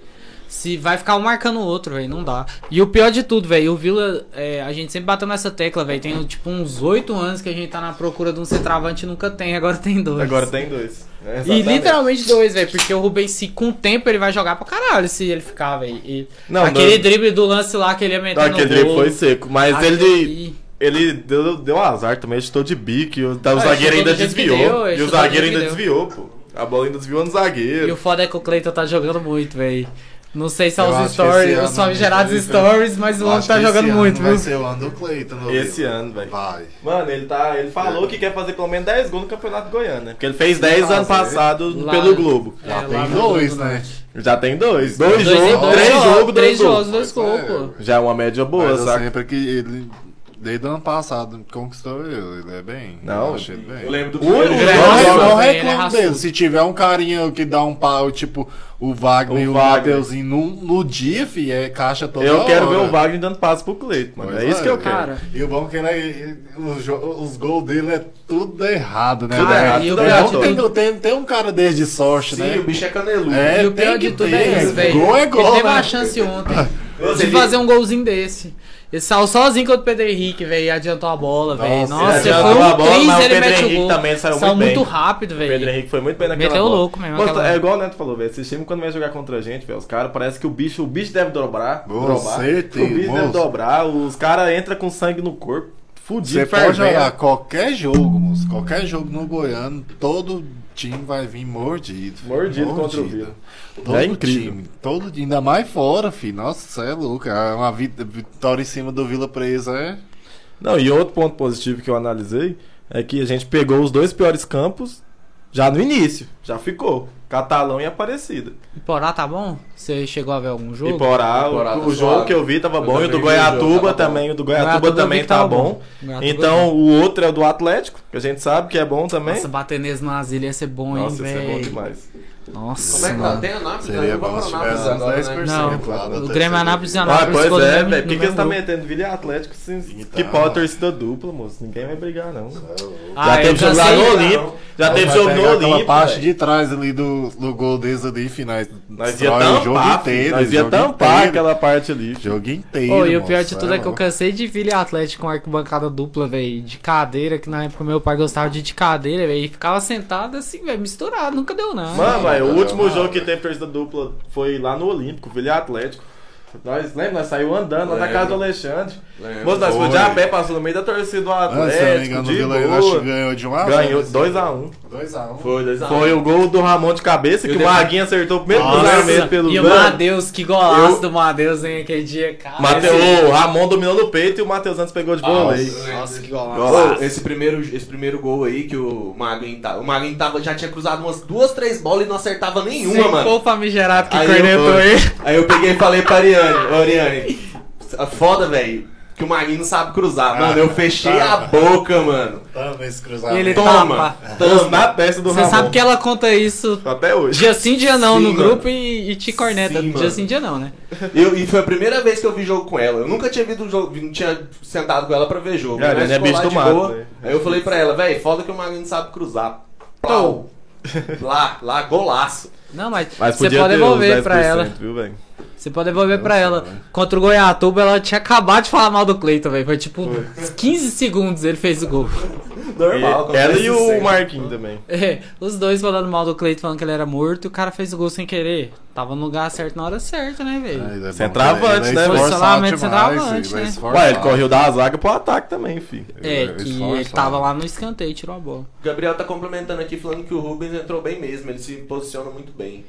Se vai ficar um marcando o outro, velho, não dá. E o pior de tudo, velho, o Vila, é, a gente sempre bateu nessa tecla, velho, tem tipo uns oito anos que a gente tá na procura de um centroavante e nunca tem, agora tem dois. Agora tem dois. É, E exatamente. literalmente dois, velho, porque o Rubens, se com o tempo ele vai jogar pra caralho, se ele ficar, velho. Não, Aquele não- drible do lance lá que ele ia meter Não, no aquele drible gol, foi seco, mas ele. aquele- Ele deu, deu azar também, chutou de bico, e o, tá, o Ah, ele chutou zagueiro ainda do jeito que desviou. deu, ele e o chutou do zagueiro jeito ainda que desviou, pô. A bola ainda desviou no zagueiro. E o foda é que o Cleiton tá jogando muito, veley. Não sei se é Eu os acho que stories, esse ano os famigerados não tem, stories, mas o Eu homem acho tá que esse jogando ano muito, Vai viu? ser o ano do Cleiton, não Esse viu? ano, velho. Vai. Mano, ele, tá, ele falou que quer fazer pelo menos 10 gols no Campeonato Goiano, né? Porque ele fez 10 fazer. ano passado Lá- pelo Globo. É, lá Tem no dois, grupo, né? Já tem dois. Dois, Dois jogos, em dois três jogos, jogos, dois três gols. jogos, dois gols, Pois pô. Já é uma média boa, Mas assim, eu saca? sempre que ele, desde o ano passado, conquistou eu. Ele é bem. Não. Eu achei ele bem. Eu lembro do O primeiro Grêmio- Eu Nossa, não velho, ele é reclamo raçudo. dele. Se tiver um carinha que dá um pau, tipo o Wagner O e o Wagner. Mateuzinho no, no dia, fi, é caixa toda Eu quero ver hora. o Wagner dando passo pro Cleiton, mano. Pois né? é isso que eu quero. Cara, E o bom que ele é, os, jo- os gols dele é tudo errado, né? Tudo velho? errado, e o tudo pior Não de errado. tem, tem, tem um cara desde sorte, Sim, né? o bicho é caneludo. É, e o pior tem que de tudo ter, é isso, né? velho. Gol é Ele gol, teve né? a chance ontem Você de viu? fazer um golzinho desse. Ele saiu sozinho contra o Pedro Henrique, velho, e adiantou a bola, velho. Nossa, Nossa, ele foi adiantou um a bola, três, mas o ele Pedro mete Henrique o gol. também saiu muito bem. muito rápido, O Pedro velho. Henrique foi muito bem naquela Meteu bola. louco mesmo Mas é naquela bola. igual o Neto falou, velho. Esse time, quando vai jogar contra a gente, velho, os caras parece que o bicho, o bicho deve dobrar. Com dobrar. certeza, o bicho deve moço. dobrar. Os caras entram com sangue no corpo. Você Fudido, né? pode fervendo. jogar qualquer jogo, moço. Qualquer jogo no Goiano, todo time vai vir mordido. Mordido contra o Vila. Todo É incrível. time, todo time, ainda mais fora, filho. Nossa, você é louco. É Uma vi- vitória em cima do Vila Presa é. Não, e outro ponto positivo que eu analisei é que a gente pegou os dois piores campos já no início. Já ficou. Catalão e Aparecida. E Porá tá bom? Você chegou a ver algum jogo? E Porá, o, Porá tá o jogo suave. que eu vi tava Eu bom, e o do também vi o jogo, Goiatuba tava bom. também, o do Goiatuba Goiatuba, eu vi também que tava tá bom. bom. Goiatuba eu Então o outro é o do Atlético, que a gente sabe que é bom também. Nossa, bater neles nas ilhas ia ser bom, hein, Nossa, isso é bom velho. demais. Como Nossa, é que tá? mano. Tem Anápolis, né? Seria Eu vou bom pra se Anápolis tivesse uns agora, 10%. né? Não, é o Claro, não tem Grêmio é sentido. Anápolis e Ah, Anápolis pois ficou é, no mesmo- velho. Por que no que eles mesmo tá grupo. metendo Vila e Atlético sim, que Então. pode torcida dupla, moço? Ninguém vai brigar, não. já Ah, eu teve jogo lá no cansei. Olímpico. Já teve Vai jogo pegar no aquela Olímpico. parte velho. de trás ali do, do gol deles ali, finais. Nós ia tampar, filho. nós ia tampar aquela parte ali. filho. Jogo inteiro. Pô, e o moço, pior de tudo é que eu louco. cansei de Vila e Atlético com arquibancada dupla, velho. De cadeira, que na época meu pai gostava de ir de cadeira, velho. E ficava sentado assim, velho, misturado, nunca deu não. Mano, velho, o não, último não, jogo que velho. teve torcida dupla foi lá no Olímpico, Vila e Atlético. Nós, lembra? Nós saiu andando lá na Lembro. casa do Alexandre. Lembro. Moço, nós foi de Foi. a pé, passou no meio da torcida do Ah, se eu não me Atlético. engano, o de Vila eu acho que boa. ganhou de 1 a né? 0. Ganhou 2x1. 2x1. Foi, dois a um. Foi o gol do Ramon de cabeça, Eu que o tenho- Maguinho acertou o primeiro Nossa, cruzamento pelo e o Mano, Madeus, que golaço Eu- do Madeus, hein, aquele dia, cara. Mateu, o Ramon dominou no peito e o Matheus Santos pegou de vôlei. Nossa, que golaço. Ô, esse primeiro, esse primeiro gol aí que o Maguinho tava. O Maguinho tava, já tinha cruzado umas duas, três bolas e não acertava nenhuma, Se mano. for o famigerado que Aí eu- cornetou ele. Aí eu peguei e falei pra Ariane, ô Ariane, é foda, velho, que o Maguinho não sabe cruzar. Mano, Ah, eu fechei tá, a boca, mano. Tava esse E cruzamento. ele Toma! tapa. Todos Toma! na testa do Você Ramon. sabe que ela conta isso Até hoje. Dia sim, dia não Sim, no mano. grupo e, e te corneta. Sim, dia mano. sim, dia não, né? Eu- e foi a primeira vez que eu vi jogo com ela. Eu nunca tinha visto um jogo, não tinha sentado com ela pra ver jogo. É, Ela ele é ficou lá bicho de do mato, boa. né? Aí eu falei pra ela, velho, foda que o Maguinho não sabe cruzar. Pau! Lá, lá, golaço. Não, mas, Mas você podia pode ter uns devolver pra 10%, ela. viu, velho? Você pode devolver pra ela. Contra o Goiatuba, ela tinha acabado de falar mal do Cleiton, velho. Foi tipo 15 segundos ele fez o gol. Normal. E- ela acontece e sempre. o Marquinhos também. É, os dois falando mal do Cleiton, falando que ele era morto, e o cara fez o gol sem querer. Tava no lugar certo na hora certa, né, velho? Ele é bom, Centroavante, ele né, é velho? esforçado Posicionamento demais, centroavante, ele é né? esforçado. Ué, ele correu da zaga pro ataque também, filho. É, é que esforçado. ele né? tava lá no escanteio, e tirou a bola. O Gabriel tá complementando aqui falando que o Rubens entrou bem mesmo, ele se posiciona muito bem.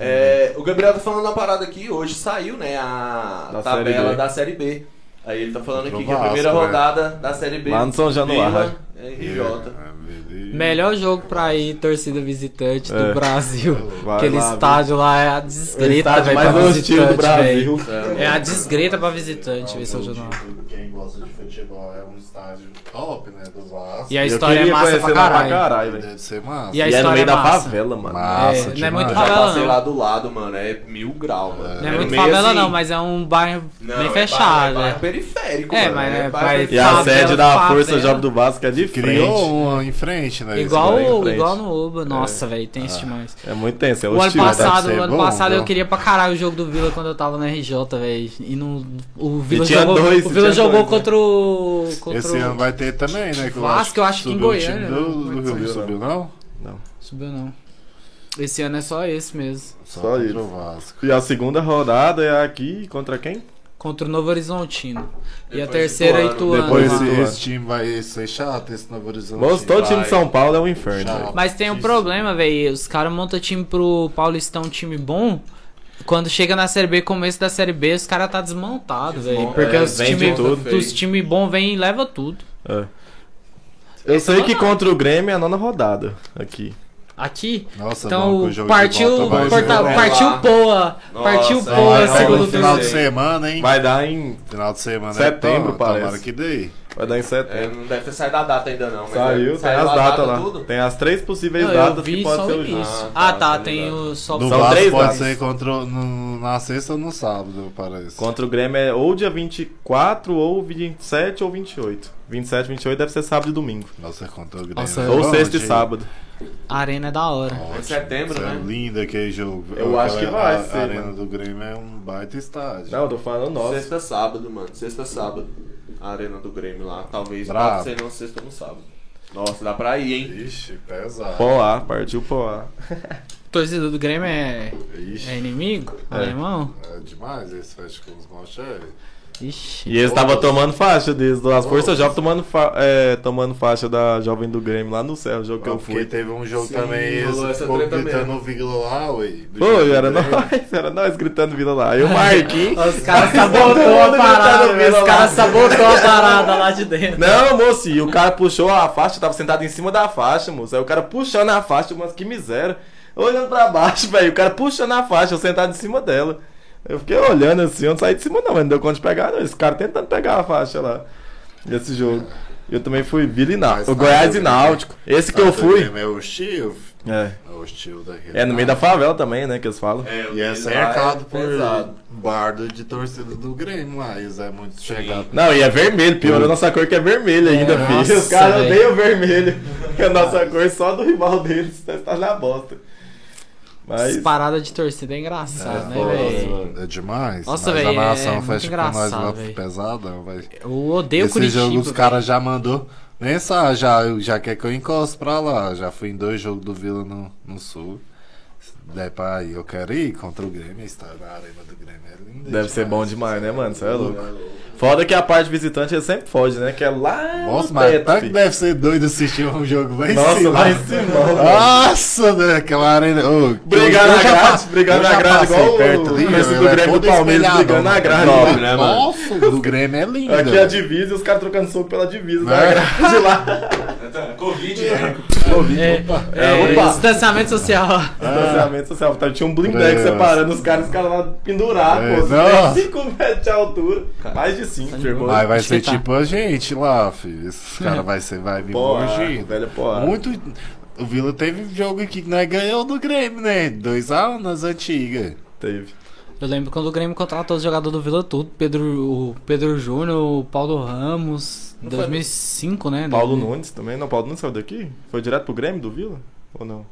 É, o Gabriel tá falando uma parada aqui, hoje saiu, né, a Da tabela Série B. da Série B. Aí ele tá falando Contra aqui o que a Vasco, primeira né? rodada da Série B. é. Lá no São Januário. Vila, é, RJ. né, Melhor jogo pra ir torcida visitante do É. Brasil. Vai Aquele lá, viu? estádio lá é a O desgreta, estádio velho, pra tá mais hostil do visitante, velho. Brasil. É a desgreta pra visitante, ver São Januário. Quem gosta de futebol é um estádio top, né? Do Vasco. E a Eu história é queria massa conhecer pra lá caralho. velho. Deve ser massa. E a E é no história meio é da massa. favela, mano. Massa, É, não é demais. muito Já favela, passei não. lá do lado, mano, é mil grau, mano. Não é No muito meio, favela, assim, não, mas é um bairro não, bem é fechado, bairro- é né? bairro periférico, É, mano, mas é bairro bairro- E a Favela, sede da Força favela. Jovem do Vasco é de Criou frente. um em frente, né? Igual, bem em frente. igual no Oba. Nossa, velho, tem isso demais. É muito tenso, é O ano hostil. deve passado, ser o ano bom, passado viu? eu queria pra caralho o jogo do Vila quando eu tava na RJ, velho. E não. O Vila tinha jogou. dois, o Vila tinha jogou dois, né? contra o. Contra Esse o- ano vai ter também, né? Que Vasco, eu acho que em subiu o time Goiânia, Do, né? do Rio Grande subiu, não? Subiu não. Esse ano é só esse mesmo. Só contra isso. o Vasco. E a segunda rodada é aqui contra quem? Contra o Novo Horizontino. E a Depois terceira é Ituano. Ituano. Depois mano. Esse, Ituano. esse time vai ser chato, esse Novo Horizonte. Moço, todo time de São Paulo é um inferno. Chato. velho. Mas tem um problema, velho. Os caras montam time pro Paulistão, um time bom. Quando chega na Série B, começo da Série B, os caras tá desmontado, velho. Desmonta, Porque é, os vende times tudo. os time bom vêm e leva tudo. É. Eu sei Então que contra o Grêmio é a nona rodada aqui. Aqui. Nossa, bom, que então, o jogo de partiu, volta vai corta- ser bom. partiu Poa. Nossa, Partiu vai, Poa, vai, é segundo vai, final turno. de semana, hein? Vai dar em, Final de semana. Setembro, é, parece. Tomara que dê. vai dar em É, setembro. não deve ter saído da data ainda não, É, mas é, Saiu, tem saiu as a datas lá. tudo? Tem as três possíveis Não, eu datas vi que só pode o ser o jogo. início. Ah, Ah, tá, tá tem ligado. o só No São Vasco três pode datas. ser contra, o- no, na sexta ou no sábado, parece. Contra o Grêmio é ou dia 24, ou 27, ou 28. 27, 28 deve ser sábado e domingo. Nossa, contra o Grêmio. Nossa, é Ou bom, sexta e gente. sábado. A arena é da hora. Ótimo. Em setembro, Isso é né? lindo aquele jogo. Eu acho que vai a, ser, A Arena mano. do Grêmio é um baita estádio. Não, eu tô falando nossa. Sexta sábado, mano. Sexta sábado. A arena do Grêmio lá. Talvez Bravo. pode ser não sexta no sábado. Nossa, dá pra ir, hein? Ixi, pesado. Poá, partiu Poá. Torcida do Grêmio é, Ixi, é inimigo? É. Alemão? é demais esse fest com os Malcheri. Ixi. E eles estavam tomando faixa deles, as forças jovens tomando, fa- é, tomando faixa da jovem do Grêmio lá no céu, o jogo que eu Porque fui. teve um jogo Sim, também, eles rolou essa ficou treta gritando mesmo. o Vila lá, ué. do Ah, jogo Pô, do era Grêmio. nós, era nós gritando Vila lá. E o Marquinhos. Os caras sabotou a Todo mundo parada, gritando velho. Vila tá Os lá. caras sabotou a parada lá de dentro. Não, moço, e o cara puxou a faixa, tava sentado em cima da faixa, moço. Aí o cara puxando a faixa, mas que miséria. Olhando pra baixo, velho, o cara puxando a faixa, eu sentado em cima dela. Eu fiquei olhando assim, eu não saí de cima não, mas não deu conta de pegar, não. Esse cara tentando pegar a faixa lá, nesse jogo. Eu também fui Vila e Mas Náutico, o tá, Goiás eu e vi, né? Náutico. Esse que eu Mas o fui, Grêmio É hostil. é, É hostil daquele. é no meio da favela também, né, que eles falam. É, Ah, E é cercado por bardo de torcida do Grêmio lá. Isso é muito chegado. Não, e é vermelho, piorou nossa cor que é vermelho ainda, É, filho. nossa, Os caras velho. odeiam vermelho. Porque a nossa cor é só do rival deles, nós tá na bosta. Mas. As paradas de torcida é engraçado, né, foda, velho? mano. É demais. Nossa, mas velho, a nação é muito fecha com nós engraçado, lá velho. pesadão, velho. Eu odeio Esse Curitiba. jogo os velho. caras já mandou mensagem, já, já quer que eu encosto pra lá. Já fui em dois jogos do Vila no, no Sul. Se der pra ir, eu quero ir contra o Grêmio. Está na arena do Grêmio, é lindo. Deve ser bom demais, né, mano? Você é louco. Foda que a parte visitante ele sempre foge, né? Que é lá. Nossa, no mas teto, tanto que filho. deve ser doido assistir um jogo lá em Nossa, cima. Ah, lá em cima, Nossa, velho, aquela arena. Ô, Brigando eu na já grade, passe- brigando eu na já grade, passei igual o perto ali, começo meu, do é Grêmio todo do Palmeiras espelhado, brigando na mano. grade. Top, né, mano? Nossa, o do Grêmio é lindo. Aqui é a velho. divisa e os caras trocando soco pela divisa. Né? Na grade lá. É, Covid, né? É, é, opa. distanciamento social. Ah. Distanciamento social. Tá, Tinha um blindex Deus. separando os caras, os caras lá pendurados, É, pô. não. 5 metros de altura. Mais de 5, de irmão. boa. Mas vai Acho ser que tá. tipo a gente lá, filho. Esses caras vai, ser- vai vir Porra, longe. velho, porra. Muito. O Vila teve jogo aqui que nós ganhou do Grêmio, né? 2x1 nas antigas. Teve. Eu lembro quando o Grêmio contratou os jogadores do Vila tudo. Pedro, o Pedro Júnior, o Paulo Ramos. 2005, né? Paulo Nunes. Nunes também. Não, Paulo Nunes saiu daqui? Foi direto pro Grêmio do Vila? Ou não?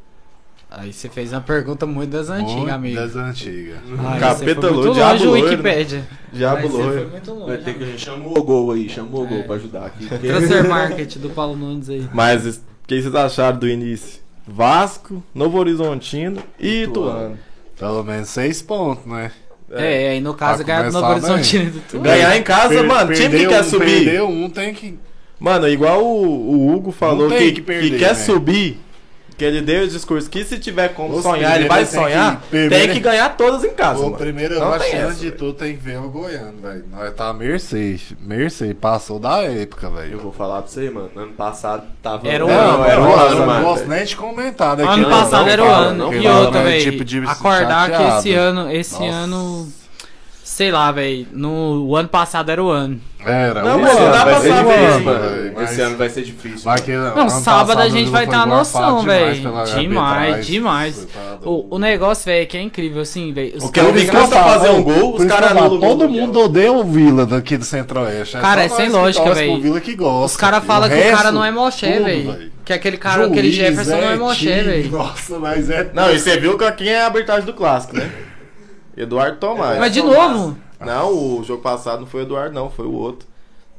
Aí você fez uma pergunta muito das antigas, Muito amigo. das antigas. Aí você Capeta foi muito loiro, longe diabo o loiro, né? Wikipedia. Diabo Aí você foi loiro. muito Vai longe. ter amigo. que chamar o Ogol aí, chama o Ogol pra ajudar aqui. porque- Transfer Market do Paulo Nunes aí. Mas es- o que vocês acharam do início? Vasco, Novo Horizontino e Ituano. Pelo menos seis pontos, né? É, aí no caso Pra ganhar do Novo começar né? Horizonte bem. do Tuano. Ganhar em casa, Per- mano, time que perdeu quer um, subir. Perdeu um, tem que. Mano, igual o, o Hugo falou tem que, que que, perder, quer né? subir, que ele deu o discurso que se tiver como Os sonhar, ele vai primeiros tem sonhar, que- tem primeiro- que ganhar todas em casa, O mano. primeiro Não tem rochante essa, de velho. tudo tem que ver o Goiano, velho. Nós tá Mercedes. Mercedes passou da época, Eu velho. vou falar pra você, mano. Ano passado tava. Era um Não, ano, era um nossa, ano, eu não mano. gosto nem de comentar. daqui, Ano não, passado não era o fala, ano. não E fala, outra, mas velho. tipo de acordar que chateado. esse ano, esse Nossa. ano. Sei lá, velho. No o ano passado era o ano. Era, Não, um mas ano, dá pra vai ser saber, difícil, mano. velho, mas- Esse ano vai ser difícil. Mas que ano Não, sábado a passado gente o vai Lula ter uma foi gorfado noção, demais velho. pela Demais, arbitragem, demais. coitado. O, o negócio, velho, que é incrível, assim, velho. Os O que é eu caras- vi- custa fazer um gol, Por os isso caras que eu anulam falo, o gol Todo do mundo odeia o Vila daqui do Centro-Oeste. Cara, só é sem nós que lógica, torce pro velho. Vila que gosta. Os caras O falam que o cara resto, não é moché, tudo, velho. Que aquele cara, aquele Juiz, Jefferson não é moché, time, velho. Nossa, mas é. Não, e você viu que quem é a arbitragem do clássico, né? Eduardo Tomás. é Mas de novo, Não, o jogo passado não foi o Eduardo, não, foi o outro.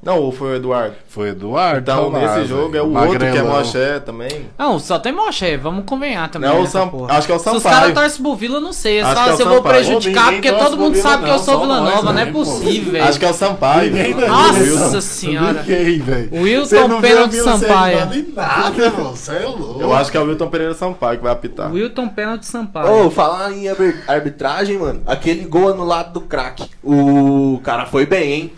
Não, ou foi o Eduardo. Foi Eduardo. Então, Tomás, nesse velho. jogo é o outro que é Magrelão. Moché também. Não, só tem moché, vamos convenhar também. Não, o nessa Sam- porra. acho que é o Se os Sampaio. caras torcem pro Vila, eu não sei. Eles Acho falam que se é eu o vou Sampaio. prejudicar, Ô, ninguém porque torce todo pro mundo Vila, sabe que eu não, sou só Vila nós, Nova, não é né, pô? possível, Acho que velho. é o Sampaio. Nossa senhora. Ninguém, velho. Wilton Você não viu Pênalti o Vila ser Sampaio. ajudado em Nada, mano. Você é louco. Eu acho que é o Wilton Pereira Sampaio que vai apitar. Wilton Pênalti Sampaio. Ô, falar em arbi- arbitragem, mano, aquele gol anulado do craque. O cara foi bem, hein?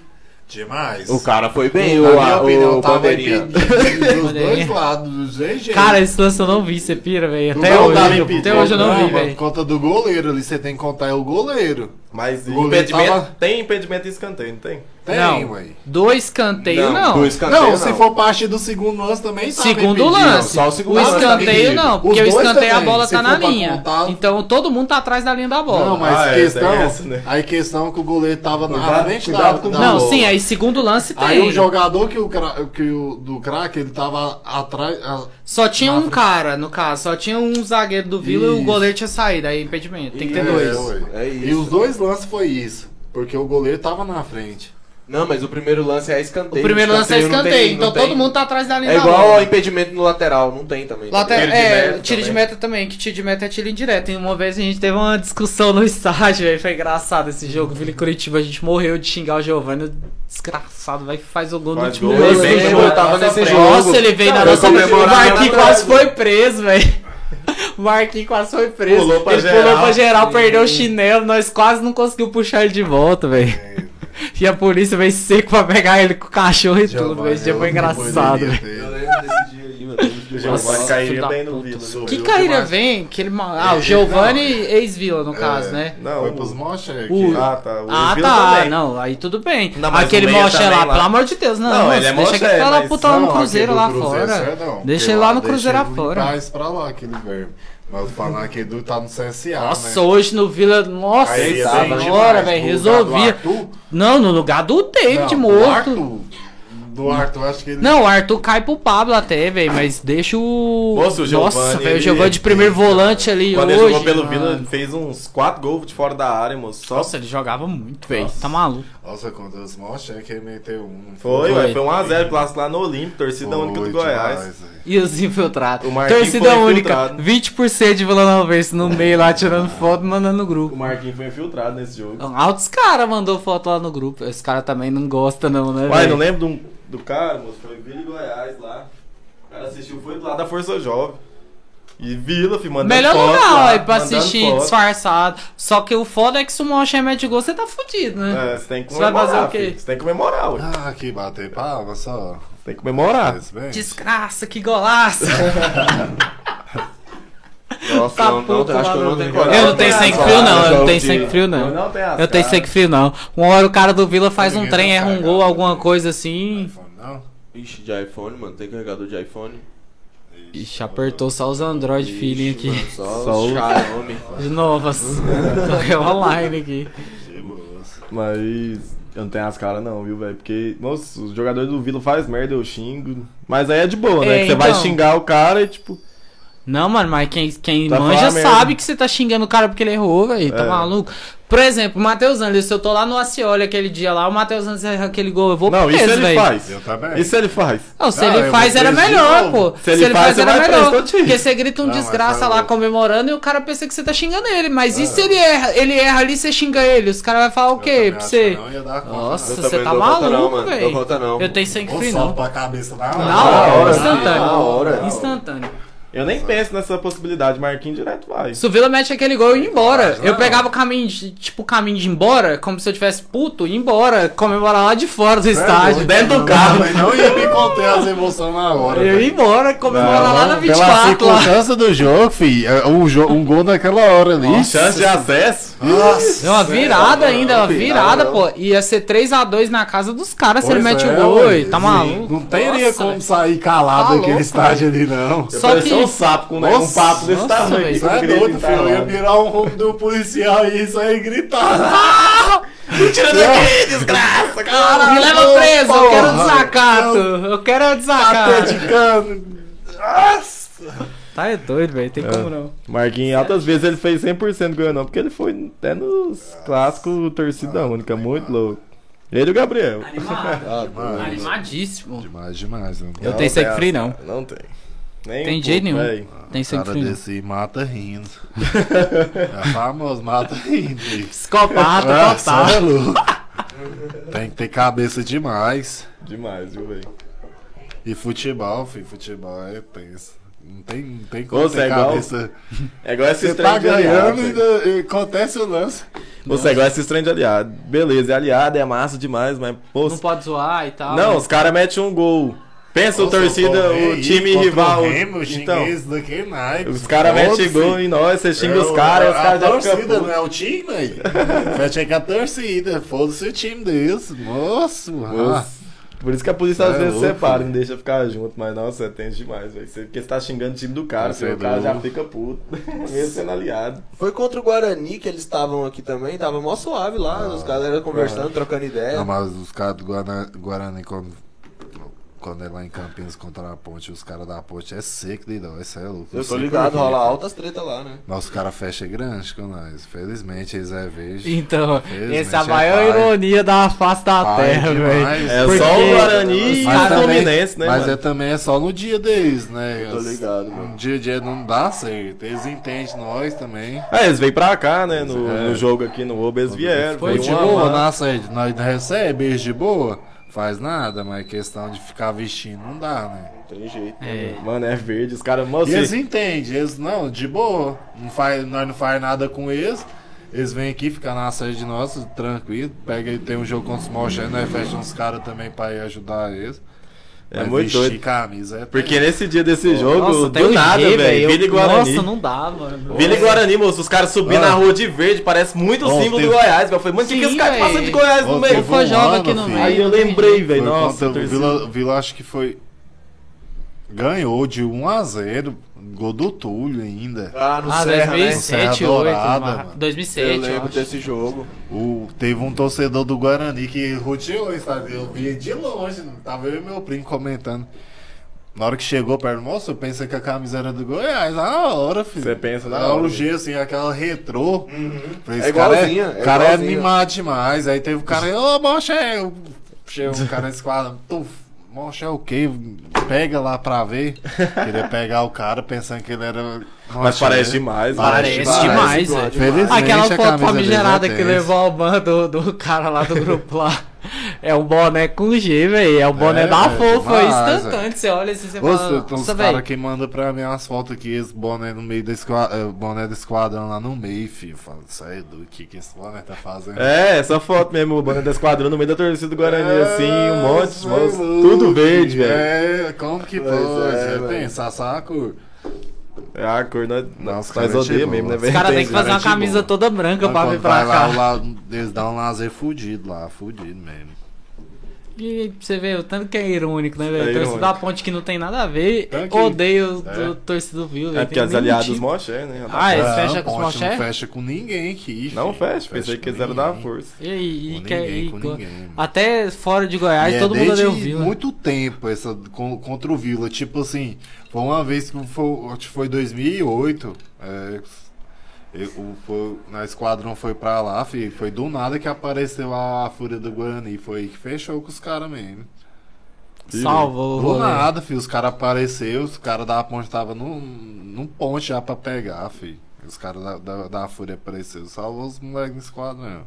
Demais. O cara foi bem, Na o, minha a, opinião, o tava Bandeirinha. impedido dos dois Bandeirinha. lados, do GG. Cara, esse lance eu não vi, você pira, velho. Até Não hoje. dá, me Até hoje eu não vi, mano, velho. Conta do goleiro ali, você tem que contar é o goleiro. Mas O goleiro impedimento, tava- tem impedimento e escanteio, não tem? Tem, Não. ué. Dois escanteio, não. do escanteio, Não, se for parte do segundo lance também tá Segundo impedido. lance. só o segundo o lance tá escanteio impedido. não, Os porque o dois escanteio a também, bola se tá for na pra linha. contar- Então todo mundo tá atrás da linha da bola. Não, Não, mas Ah, é, tem questão. essa, né? Aí questão que o goleiro tava na Cuidado- frente da, cuidado com o da bola. sim, aí segundo lance tem. tá Aí o jogador que o, cra- que o do craque, ele tava atrás. a- Só tinha um cara, no caso, só tinha um zagueiro do Vila e Isso. o goleiro tinha saído, aí impedimento. Tem que ter É, dois. ué. É E isso. os dois lances foi isso. Porque o goleiro tava na frente. Não, mas o primeiro lance é O escanteio. primeiro lance é não escanteio, tem- não então tem- todo mundo tá atrás da linha É da bola. igual ao impedimento no lateral, não tem também. tá Later... Tiro de é, meta tiro de também. meta também, que tiro de meta é tiro indireto. E uma vez a gente teve uma discussão no estágio, velho. Foi engraçado esse jogo. Vila e Curitiba, a gente morreu de xingar o Giovanni. Desgraçado, vai faz o gol no Faz último gol, Eu lance. ele né, vem lembro, mano? eu tava nesse jogo. Nossa, ele veio na Não, eu nossa O comemorava Marquinhos na quase trave. foi preso, velho. O Marquinhos quase foi preso. Pulou pra ele pulou geral. pra geral, perdeu o chinelo. Nós quase não conseguimos puxar ele de volta, velho. É. E a polícia veio seco pra pegar ele com o cachorro e tudo, velho. Esse dia foi engraçado, velho. Eu lembro desse dia aí, mano. O Nossa, Giovanni filho cairia da bem no puta. Vila. viu? Que Eu Caíra demais. vem, que ele. ma- Ah, o Giovanni, ex-Vila, É. no caso, né? Não, foi o- pros mochas aqui. o- Ah, tá. O Ah, Vila tá. também. Não, aí tudo bem. Não, mas Aquele o meia mocha lá, também lá. pelo amor de Deus, não. Não, moço, ele é deixa mocha, aquele é, cara mas- puta lá tá no Não, Cruzeiro aquele lá do Cruzeiro, é fora. sério, não. Deixa Porque ele lá no deixa Cruzeiro ele em afora. paz pra lá, aquele verme. Mas o Panaquedu tá no CSA, Nossa, né? hoje no Vila. Nossa Aí ele tava bem senhora, velho. demais. No lugar do Resolvia. Arthur? Não, no lugar do David Não, Do morto. Arthur, do Arthur, acho que ele... Não, o Arthur cai pro Pablo até, velho, mas deixa o. Moço, o Nossa, Giovani, velho, o ele- é Giovanni de primeiro volante ali Quando hoje. ele jogou pelo mano. Vila, ele fez uns 4 gols de fora da área, moço. Só Ah. Nossa, ele jogava muito, velho. Tá maluco. Nossa, contra os mochas é que ele meteu um. Foi, Foi. ué, foi 1x0 clássico lá no Olímpico, torcida única do Goiás. E os infiltrados. O Marquinhos Torcida foi única. infiltrado. 20% de Vila Novense no meio lá, tirando foto e mandando no O grupo. Marquinhos foi infiltrado nesse jogo. Altos cara mandou foto lá no grupo. Esse cara também não gosta, não, né? Uai, velho? não lembro de um- do, cara, moço? Foi Vila e Goiás lá. O cara assistiu, foi do lado da Força Jovem. E Vila, fi, mandando Melhor foto lugar, lá, ué, pra mandando assistir foto. disfarçado. Só que o foda é que se o Mocha é mete gol, você tá fudido, né? É, você tem que Você vai comemorar, fazer o quê? fi. Você tem que comemorar, ué. Ah, que bater palma só. Você tem que comemorar. Fez bem. Desgraça, que golaço! Nossa, Tá não, não, puto acho lá que eu no não tenho negócio. coragem. Eu não tenho sangue frio, não. Eu não tenho sangue frio, não. Eu não tenho as Eu tenho caras. sangue frio, não. Uma hora o cara do Vila faz um Ninguém trem, tá erra um cagado, gol, né? alguma coisa assim. iPhone, não? Ixi, de iPhone, mano. Tem carregador de iPhone. Ixi, apertou só os Android Ixi, feeling aqui. mano, Só, Só o o- Xiaomi. De novas. Correu online aqui. Mas eu não tenho as caras não, viu, velho? Porque, moço, os jogadores do Vila faz merda, eu xingo. Mas aí é de boa, né? É, que você vai então. xingar o cara e, tipo, Não, mano, mas quem, quem Tá manja falando sabe mesmo. que você tá xingando o cara porque ele errou, velho. Tá É. maluco? Por exemplo, o Matheus Anderson, se eu tô lá no Acioli aquele dia lá, o Matheus Anderson erra aquele gol, eu vou Não, preso, isso ele velho. faz. Eu também. Isso ele faz. Não, se Não, ele eu faz vou era preso de melhor, novo. pô. Se ele faz, você era vai preso, melhor. eu te- Porque você grita um Não, mas desgraça tá lá louco. comemorando e o cara pensa que você tá xingando ele. Mas e se ele erra? Ele erra ali, você xinga ele. Os caras vão falar o É. Eu quê também pra acho você? que não ia dar conta, Nossa, Eu você também tá dou conta não, maluco, mano. velho. Dou conta não. Eu tenho sangue Ou frio, sobe não. pra cabeça na hora. Na hora, hora, instantâneo. na hora. Instantâneo. Eu nem penso nessa possibilidade, Marquinhos direto vai. Se o Vila mete aquele gol e ia embora. Não. Eu pegava o caminho, de, tipo, o caminho de ir embora, como se eu tivesse puto, e ia embora, comemorar lá de fora é do estádio. dentro do carro. Não, não ia me conter as emoções na hora. Eu ia embora, comemorar Não, lá na Pela 24 lá. circunstância do jogo, fi, é, um, jo- um gol naquela hora ali. Chance de acesso? Nossa. Deu É uma virada ainda, é uma virada, virada, pô. Ia ser 3x2 na casa dos caras se ele Pois mete é, o gol, ué. e tá Sim. maluco. Não teria Nossa, como velho. sair calado Tá daquele louco, estádio ali, não. Só Parecia que- um sapo com né, um Nossa, papo desse nossa, tamanho. velho, que Isso é grita doido, e tá filho. Eu ia lá. virar um rumo do policial e isso aí gritar. Tira daqui, desgraça, cara! Cara, me leva preso, eu quero porra. Tá desacato. Eu quero é desacato. Atleticano. Tá é doido, velho. Tem como não. Marquinhos, altas vezes ele fez 100% Goianão, porque ele foi até nos clássicos torcida única, é muito louco. Ele e o Gabriel. Animado. Demais, Animadíssimo. demais, demais. Não. Eu tenho sangue frio, não. Não tem. Nem Tem um jeito pouco, nenhum. véi. Tem O sangue cara frio, não. desse mata rindo. é famoso, mata rindo. fi. Psicopata Ah, total. cê é louco. Tem que ter cabeça demais. Demais, viu, velho? E futebol, filho, futebol é tenso. Não tem, não tem como Ô, ter cê é igual- cabeça. É igual esse Você tá trem de aliado. ganhando e véi. ainda e acontece o lance. Você é igual esse trem de aliado. Beleza, é aliado, é massa demais, mas, pô, Não pode zoar e tal. Não, né? os caras metem um gol. Pensa o torcida, o time rival. então, é os caras metem gol em nós, você xinga os caras, os caras A já torcida ficam. não é o time, aí. Mete com a torcida, foda-se o time deles. Moço, ah, Por isso que a polícia às É vezes louco, separa, né? não deixa ficar junto, mas nossa, é tenso demais, velho. Você- Porque você tá xingando o time do cara, Nossa, seu é o cara já louco. fica puto, mesmo sendo aliado. Foi contra o Guarani que eles estavam aqui também, tava mó suave lá, os galera conversando, trocando ideia. Não, mas os caras do Guarani, Guarani quando, quando é lá em Campinas contra a ponte, os caras da ponte é seco de dó, isso é louco. Eu Seco tô ligado, de- rola altas treta lá, né? Nosso cara fecha grande com nós. Felizmente eles é verde. Então, Felizmente essa é a é maior pai. ironia da face da Pai terra, demais. velho. É Porque- só o Guarani e É, Mas o também- Fluminense, né, Mas mano? é também é só no dia deles, né? Eu tô ligado, mano. No dia a dia não dá certo. Eles entendem nós também. Ah, eles veio pra cá, né, no, É. no jogo aqui no Oba, eles vieram. Foi Foi de uma boa, mão. Pô, na sede, nós não recebe eles de boa, faz nada, mas questão de ficar vestindo não dá, né? Tem jeito. É. Mano, é verde, os caras... E assim- Nossa, eles entendem, eles não, de boa. Não faz, nós não faz nada com eles. Eles vêm aqui, ficam na sede nossa, tranquilo. Pega e tem um jogo contra os Malchés, nós fecha uns caras também pra ir ajudar eles. é Mas muito vestir doido. camisa é Porque nesse dia desse jogo, Nossa, tem do o nada, G, um velho, Eu- Vila e Guarani. Nossa, não dá, mano. Vila e Guarani, moço, os caras subindo Ah. na rua de verde, parece muito o Ó, símbolo teve- do Goiás, velho. Eu falei, mano, o que, que Sim, os caras véi. passam de Goiás Ó, no meio? teve Ufa, joga ano, aqui no filho. meio. Aí eu lembrei, Foi velho, nossa, contra o torcida. Vila, Vila acho que foi. Ganhou de 1 a 0 Gol do Túlio ainda. Ah, no Ah, Serra, né? 2007, Serra 8, Dourada, mar- é mano. 2007, Eu eu lembro acho. desse jogo. O, teve um torcedor do Guarani que rodeou, sabe? Eu vi de longe, né? tava eu e meu primo comentando. Na hora que chegou perto, moço, eu pensei que a camisa era do Goiás. Ah, Na hora, filho. Você pensa na na hora. hora. o G, assim, aquela retrô. Uhum. Falei, esse É cara igualzinha, O é cara é igualzinha. animado demais. Aí teve o cara, ô, mocha, é. eu- Chegou o cara esquadra, mocha é o quê? Pega lá pra ver. Queria pegar o cara pensando que ele era. Mas Mocha, parece né? demais, Parece velho. demais, igual, velho. Felizmente, Aquela a foto camisa famigerada dele é que tensa. levou a ban do, do cara lá do grupo lá. É um boné com G, velho. É o boné É, da velho, fofa, é demais, instantâneo. Você olha assim, você Ô, fala. cê- tem uns Nossa, caras velho. que mandam pra mim umas fotos aqui, esse boné no meio do esquadrão, boné do esquadrão lá no meio, filho. Eu falo, isso aí é do que, que esse boné tá fazendo? É, essa foto mesmo, o bando da esquadrão no meio da torcida do Guarani, assim, um monte, Nossa, moço, é louco, tudo verde, filho. velho. É, como que Pois pode? é, É, velho. Pensa, saco. É a cor, nós, Nossa, nós cara, odeia gente mesmo, boa. né, Os velho? caras têm Entende, que fazer uma gente boa. camisa toda branca Mas pra quando vir pra vai cá. Lá, o la- eles dão um lazer fudido lá, fudido mesmo. E você vê o tanto que é irônico, né, velho? É torcida irônico. da ponte que não tem nada a ver. Tanto que- Odeio É. o torcida do Vila. É porque as aliadas moché, né? Ah, eles Não, fecham com os Ponte Moché? Não fecha com ninguém aqui. Não filho. fecha, pensei com que eles eram ninguém. da força. E, e, Com que- ninguém, e- com ninguém. Até fora de E Goiás, é todo mundo desde odeia o Vila. muito tempo essa con- contra o Vila. Tipo assim, foi uma vez que foi, acho que foi 2008. É, eu- o- foi- na esquadrão foi pra lá, fi, foi do nada que apareceu a Fúria do Guarani. Foi que fechou com os caras mesmo. Salva o Do rolê. nada, filho. Os caras apareceram, os caras da ponte tava num, num ponte já pra pegar, filho. Os caras da, da, da Fúria apareceram, salvou os moleques no esquadrão.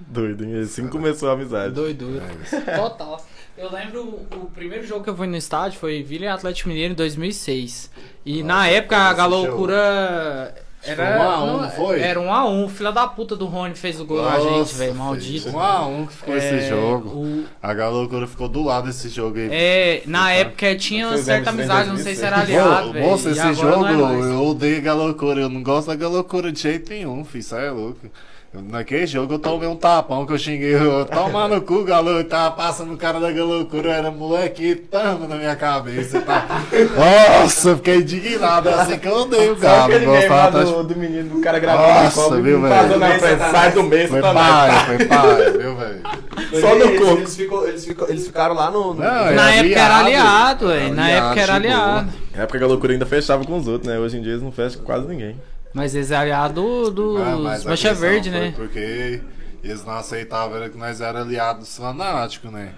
Doido, hein? Assim começou a amizade. Doidura. Total. Eu lembro o primeiro jogo que eu fui no estádio foi Vila e Atlético Mineiro em 2006. E na época a galoucura era Foi um a um, não foi? Era um a um. Filha da puta do Rony fez o gol na gente, velho, maldito. Um a um que ficou esse É, jogo. o- A Galoucura ficou do lado desse jogo aí. é, na época tinha uma Vocês certa lembram de amizade, não sei se era Pô, aliado, velho. Nossa, e esse agora jogo, não é mais. eu odeio a Galoucura. Eu não gosto da Galoucura de jeito nenhum, filho. Isso é louco. Eu- Naquele jogo eu tomei um tapão que eu xinguei. Eu, Toma no cu, Galo. Eu tava passando o cara da Galoucura. Eu era moleque, tamo na minha cabeça. Tá? Nossa, eu fiquei indignado. É assim que eu odeio o Galo. Eu gostava atrás- do menino, do cara Nossa, viu, velho? na frente, sai do meio, tá Foi pai, foi pai, viu, velho? Só no eles, corpo. eles, ficou- eles ficou- eles ficaram lá no. no- Não, Na é época era aliado, aliado, velho. Na aliado, época era de boa. aliado. Na época a loucura ainda fechava com os outros, né? Hoje em dia eles não fecham com quase ninguém. Mas eles é aliado do, Ah, dos mas a Mancha questão Verde, foi né? Porque eles não aceitavam era que nós éramos aliados fanáticos, né?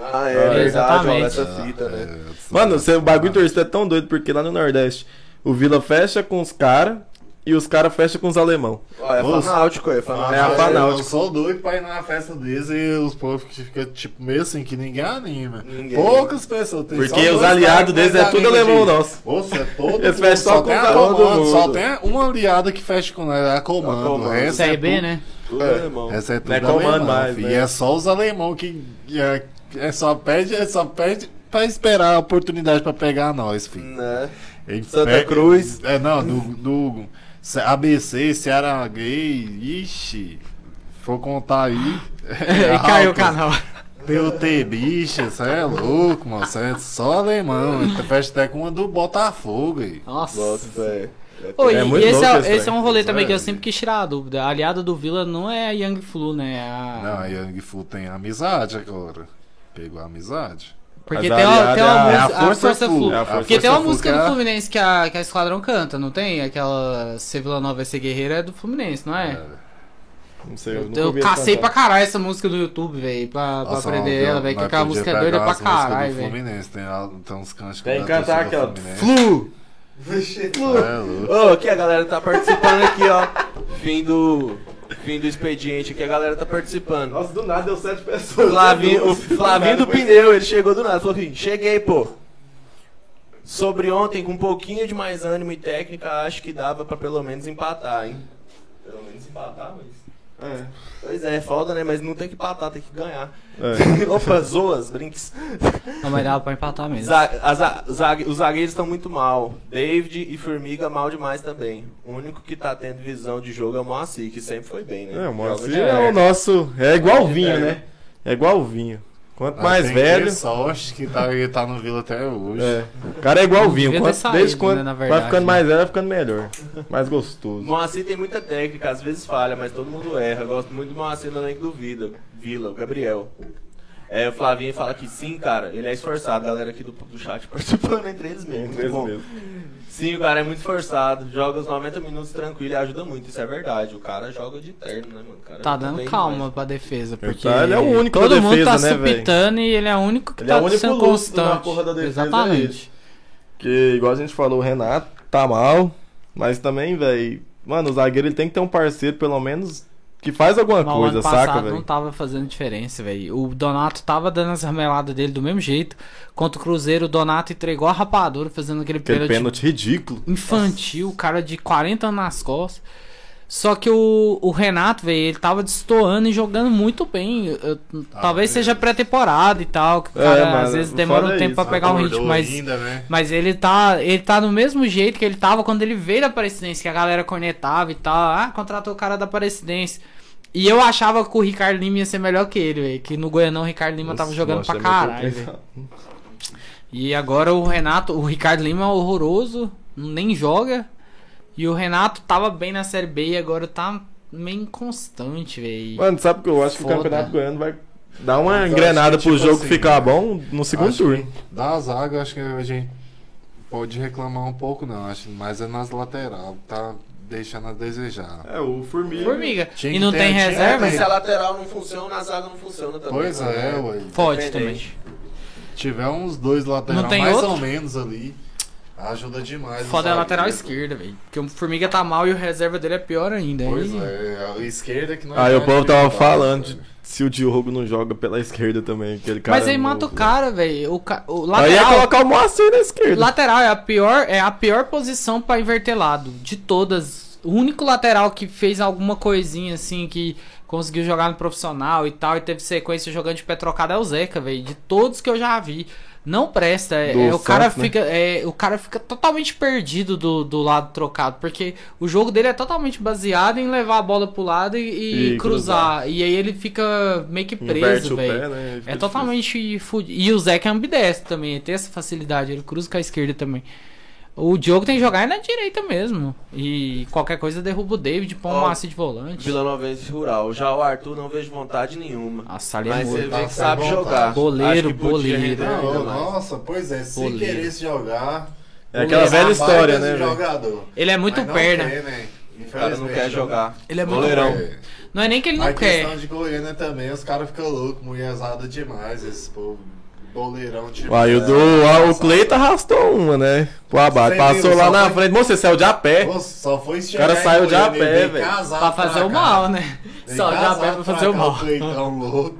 Ah, é, verdade, Exatamente. olha essa fita, né? Mano, você- o bagulho de torcida é tão doido, porque lá no Nordeste, o Vila fecha com os caras e os caras fecham com os alemão. Ó, é Nossa. fanático, é fanático. É a Ah, eu- fanática. Eu sou doido pra ir na festa deles e os povos que ficam tipo meio assim, que ninguém anima. Ninguém. Poucas pessoas tem Porque só dois os aliados caras deles que é tudo animam alemão de- nosso. Nossa, é todo Eles mundo, fecham só tem com a todo comando, mundo. Só tem uma aliada que fecha com nós, é a comando. A comando. O resto é CRB, tudo- né? Tudo alemão. Essa é tudo Não é comando alemão, mais, filho. né? E é só os alemão que que é, é só pede, é só pede pra esperar a oportunidade pra pegar nós, filho. Né? Ele Santa pega- Cruz. É, não, do, do C- ABC, Ceará Gay, ixi. Vou contar aí. é E caiu o alto. canal. PUT, bicha, cê é louco, mano. Cê é só alemão. Ele Fecha até com uma do Botafogo aí. Nossa. Nossa, é. É Ô, É e- muito e esse, louco é, isso, esse é um velho. rolê também que eu Sério. sempre quis tirar a dúvida. A aliada do Vila não é a Young Flu, né? É a- Não, a Yang Fu tem amizade agora. Pegou a amizade. Porque Mas a tem uma, aliada tem é uma a música. A Força, Força Flu. Flu. É a Força Porque tem uma Flu que música é do a- Fluminense que a, que a Esquadrão canta, não tem? Aquela Se Vila Nova é Ser Guerreira é do Fluminense, não é? Não sei, eu Eu, nunca eu ouvi esse cacei cantar. pra caralho essa música do YouTube, velho, pra, pra Nossa, aprender não, ela, velho, que nós aquela podia música é doida pegar pra as músicas do caralho, velho. Fluminense, tem, a- tem uns cânticos Tem que da cantar torcida aquela. do Fluminense. Flu! Vixe, Cê Lu. é louco. Ô, aqui a galera tá participando aqui, ó. Fim do. Fim do expediente aqui, a galera tá participando. Nossa, do nada deu sete pessoas. Flavinho, o Flavinho do pneu, ele chegou do nada, falou assim, cheguei, pô. Sobre ontem, com um pouquinho de mais ânimo e técnica, acho que dava pra pelo menos empatar, hein? Pelo menos empatar, mas. Pois é, falta, né? Mas não tem que empatar, tem que ganhar. É. Opa, zoas, brinques. Não, mas dava pra empatar mesmo. Za- a za- zague- os zagueiros estão muito mal. David e Formiga mal demais também. O único que tá tendo visão de jogo é o Moacir, que sempre foi bem, né? É, o Moacir Joga é o direto. nosso. É igual vinho, né? É igual vinho. Quanto Mas mais tem que ter velho. sorte que tá, ele tá no Vila até hoje. É. O cara é igual vinho. Devia ter Quanto- saído, desde quando né, na vai verdade, ficando né? mais velho, vai ficando melhor. Mais gostoso. Moacir tem muita técnica, às vezes falha, mas todo mundo erra. Eu Gosto muito do Moacir no elenco do Vila, Vila, o Gabriel. É, o Flavinho fala que sim, cara, ele é esforçado. A galera aqui do, do chat participando entre eles mesmo. Esse muito bom. mesmo. Sim, o cara é muito forçado, joga os 90 minutos tranquilo e ajuda muito, isso é verdade. O cara joga de terno, né, mano? O cara Tá joga dando bem calma demais. pra defesa, porque tá- ele é o único todo da mundo tá defesa, né, véi? supitando e ele é o único que Ele é tá o único sendo lustro na constante. porra da defesa, é Exatamente. isso. Que, igual a gente falou, o Renato tá mal. Mas também, velho. Mano, o zagueiro ele tem que ter um parceiro, pelo menos, que faz alguma Mas o coisa, ano passado saca, não tá velho? tava fazendo diferença, velho. O Donato tava dando as rameladas dele do mesmo jeito. Contra o Cruzeiro, o Donato entregou a rapadura fazendo aquele, Aquele pênalti pênalti ridículo. infantil, cara de 40 anos nas costas. Só que o, o Renato, velho, ele tava destoando e jogando muito bem. Eu- talvez é. seja pré-temporada e tal, que o É, cara mas às vezes o demora um foda é tempo pra isso, pegar um Acordou ritmo, mas Tá ainda, né? mas ele tá, ele tá no mesmo jeito que ele tava quando ele veio da Aparecidense, que a galera cornetava e tal. Ah, contratou o cara da Aparecidense. E eu achava que o Ricardo Lima ia ser melhor que ele, velho. Que no Goianão o Ricardo Lima tava Nossa, jogando nossa, pra é muito caralho, velho. complicado. E agora o Renato, o Ricardo Lima é horroroso, nem joga. E o Renato tava bem na Série B e agora tá meio inconstante, velho. Mano, sabe que eu acho que Foda. o Campeonato Goiano vai dar uma Mas eu engrenada acho que, pro tipo jogo assim, né? ficar bom no segundo acho turno. Da zaga, acho que a gente pode reclamar um pouco, não. Acho, mas é nas lateral, tá deixando a desejar. É, o Formiga. Formiga. Tinha E que não ter- tem tinha- É, reserva? Mas se a lateral não funciona, a zaga não funciona também. Pois é, né? ué. Pode também. Dependente. Tiver uns dois lateral Não tem mais outro? ou menos ali, ajuda demais. Foda o é a zagueiro. lateral esquerda, velho. Porque o Formiga tá mal e o reserva dele é pior ainda. Pois Aí- é, a esquerda que não Aí o mais povo tava prioridade, falando de- sabe? se o Diogo não joga pela esquerda também, aquele cara. é Mas aí é mata o novo, cara, velho. O, ca... o né? Aí ia lateral, colocar o Moacir na esquerda. lateral é a pior, é a pior posição pra inverter lado de todas. O único lateral que fez alguma coisinha assim que conseguiu jogar no profissional e tal e teve sequência jogando de pé trocado é o Zeca, velho. De todos que eu já vi, não presta. É, Do é, o cara Santos, né? fica, é, o cara fica totalmente perdido do, do lado trocado, porque o jogo dele é totalmente baseado em levar a bola pro lado e, e E cruzar. E aí ele fica meio que Inverte preso, o velho. pé, né? Aí fica É totalmente fudido. E o Zeca é ambidestro também, ele tem essa facilidade, ele cruza com a esquerda também. O Diogo tem que jogar na direita mesmo. E qualquer coisa derruba o David, põe um Ó, macio de volante. Vila Novense Rural. Já o Arthur não vejo vontade nenhuma. A sala é Mas você muito. vê Tá que sabe sem vontade. jogar. Boleiro, Acho que podia boleiro. render ainda é Não, mais. nossa, pois é, se Goleiro. querer se jogar. É aquela goleiro velha é história, mais né, esse velho? jogador. Ele é muito Mas não perna. quer, né? O cara não quer Infelizmente, jogar. Ele é muito Goleirão. perna. Não é nem que ele não a questão quer. de Goiânia também, os caras ficam loucos, mulherzada demais, esse povo. Boleirão demais. Aí o, do, ah, o Cleito arrastou uma, né? Pro abate. Sem Passou medo, lá só na foi- frente. Moça, você saiu de a pé. Nossa, só foi O cara saiu de a pé, velho. Pra fazer o mal, né? Só já pé pra fazer o mal. Cleitão louco.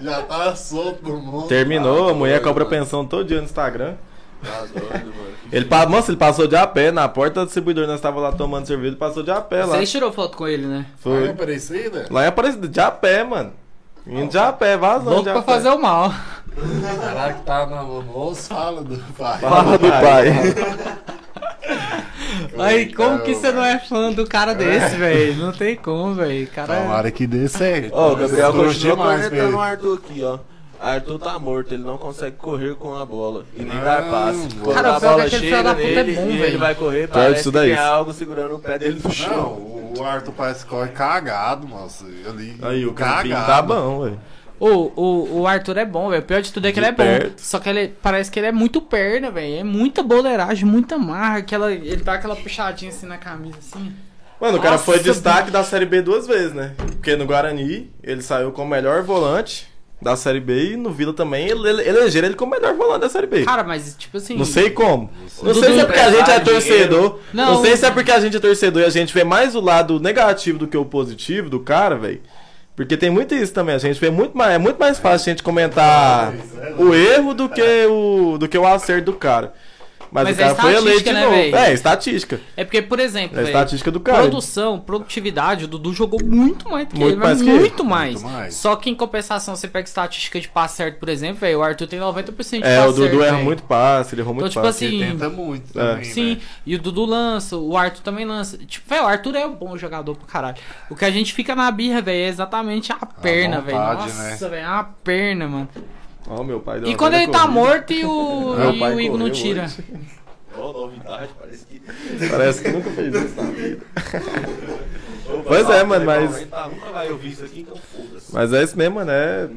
Já tá solto no mundo. Terminou, tá a mulher doido, cobra mano. pensão todo dia no Instagram. Tá doido, mano. Ele, pa- moça, ele passou de a pé na porta do distribuidor. Nós tava lá tomando cerveja, ele passou de a pé lá. Vocês tirou foto com ele, né? Foi Foi. Aparecida? Lá em Aparecida, de a pé, mano. Indo de a pé, vazando Louco de a pra pé. fazer o mal. Caraca, tá na moça, fala do pai. Fala do pai. Aí, como Cleitão, que você não é velho. fã do cara desse, É. velho? Não tem como, velho. Tá Cara. é Tomara que dê certo. Ó, o Gabriel Trouxe continua cornetando velho. o Arthur aqui, ó. Arthur tá morto, ele não consegue correr com a bola e nem dar Não, passe. mano. Quando Cara, a pior que bola aquele chega filho da puta é nele bom, e ele velho. vai correr, Pior é parece isso que daí. tem algo segurando o pé dele no Não, chão. o Arthur parece que corre cagado, moço. Ali, Aí o campinho cagado. tá bom, velho. O, o, o Arthur é bom, velho. O pior de tudo é que De ele é bom. perto. Só que ele parece que ele é muito perna, velho. É muita boleiragem, muita marra. Aquela, ele dá aquela puxadinha assim na camisa, assim. Mano, o cara Nossa, foi bicho. destaque da Série B duas vezes, né? Porque no Guarani ele saiu como melhor volante da Série B e no Vila também ele, ele, elegeram ele como melhor volante da Série B. Cara, mas tipo assim. Não sei como. Não Dudu sei se é porque a gente é empresário, torcedor. Não. Não. sei se é porque a gente é torcedor e a gente vê mais o lado negativo do que o positivo do cara, velho. Porque tem muito isso também, a gente vê muito mais, é muito mais fácil a gente comentar o erro do que o do que o acerto do cara. Mas, Mas o é cara foi eleito de estatística, né, novo. véi? é, estatística. É porque, por exemplo, É a velho, estatística do cara. Produção, produtividade, o Dudu jogou muito mais do que Muito ele, mas mais que ele. muito mais. Muito mais. Só que em compensação, você pega estatística de passe certo, por exemplo, velho, o Arthur tem 90% de passe certo. É, o Dudu erra velho. muito passe, ele errou Então, muito tipo passe. assim, Ele tenta muito É. também, Sim, né? e o Dudu lança, o Arthur também lança. Tipo, velho, o Arthur é um bom jogador pra caralho. O que a gente fica na birra, velho, é exatamente a perna, velho. vontade, Nossa, velho, a perna, mano. Ó, né? meu pai deu assim, E uma quando velha ele tá corrida. morto e o, Meu e pai o Igor não correu tira. hoje. Ó, novidade, parece que. Parece que nunca fez isso na vida. Pois é, mano, mas- Nunca vai ouvir isso aqui, então foda-se. Mas é isso mesmo, mano. É,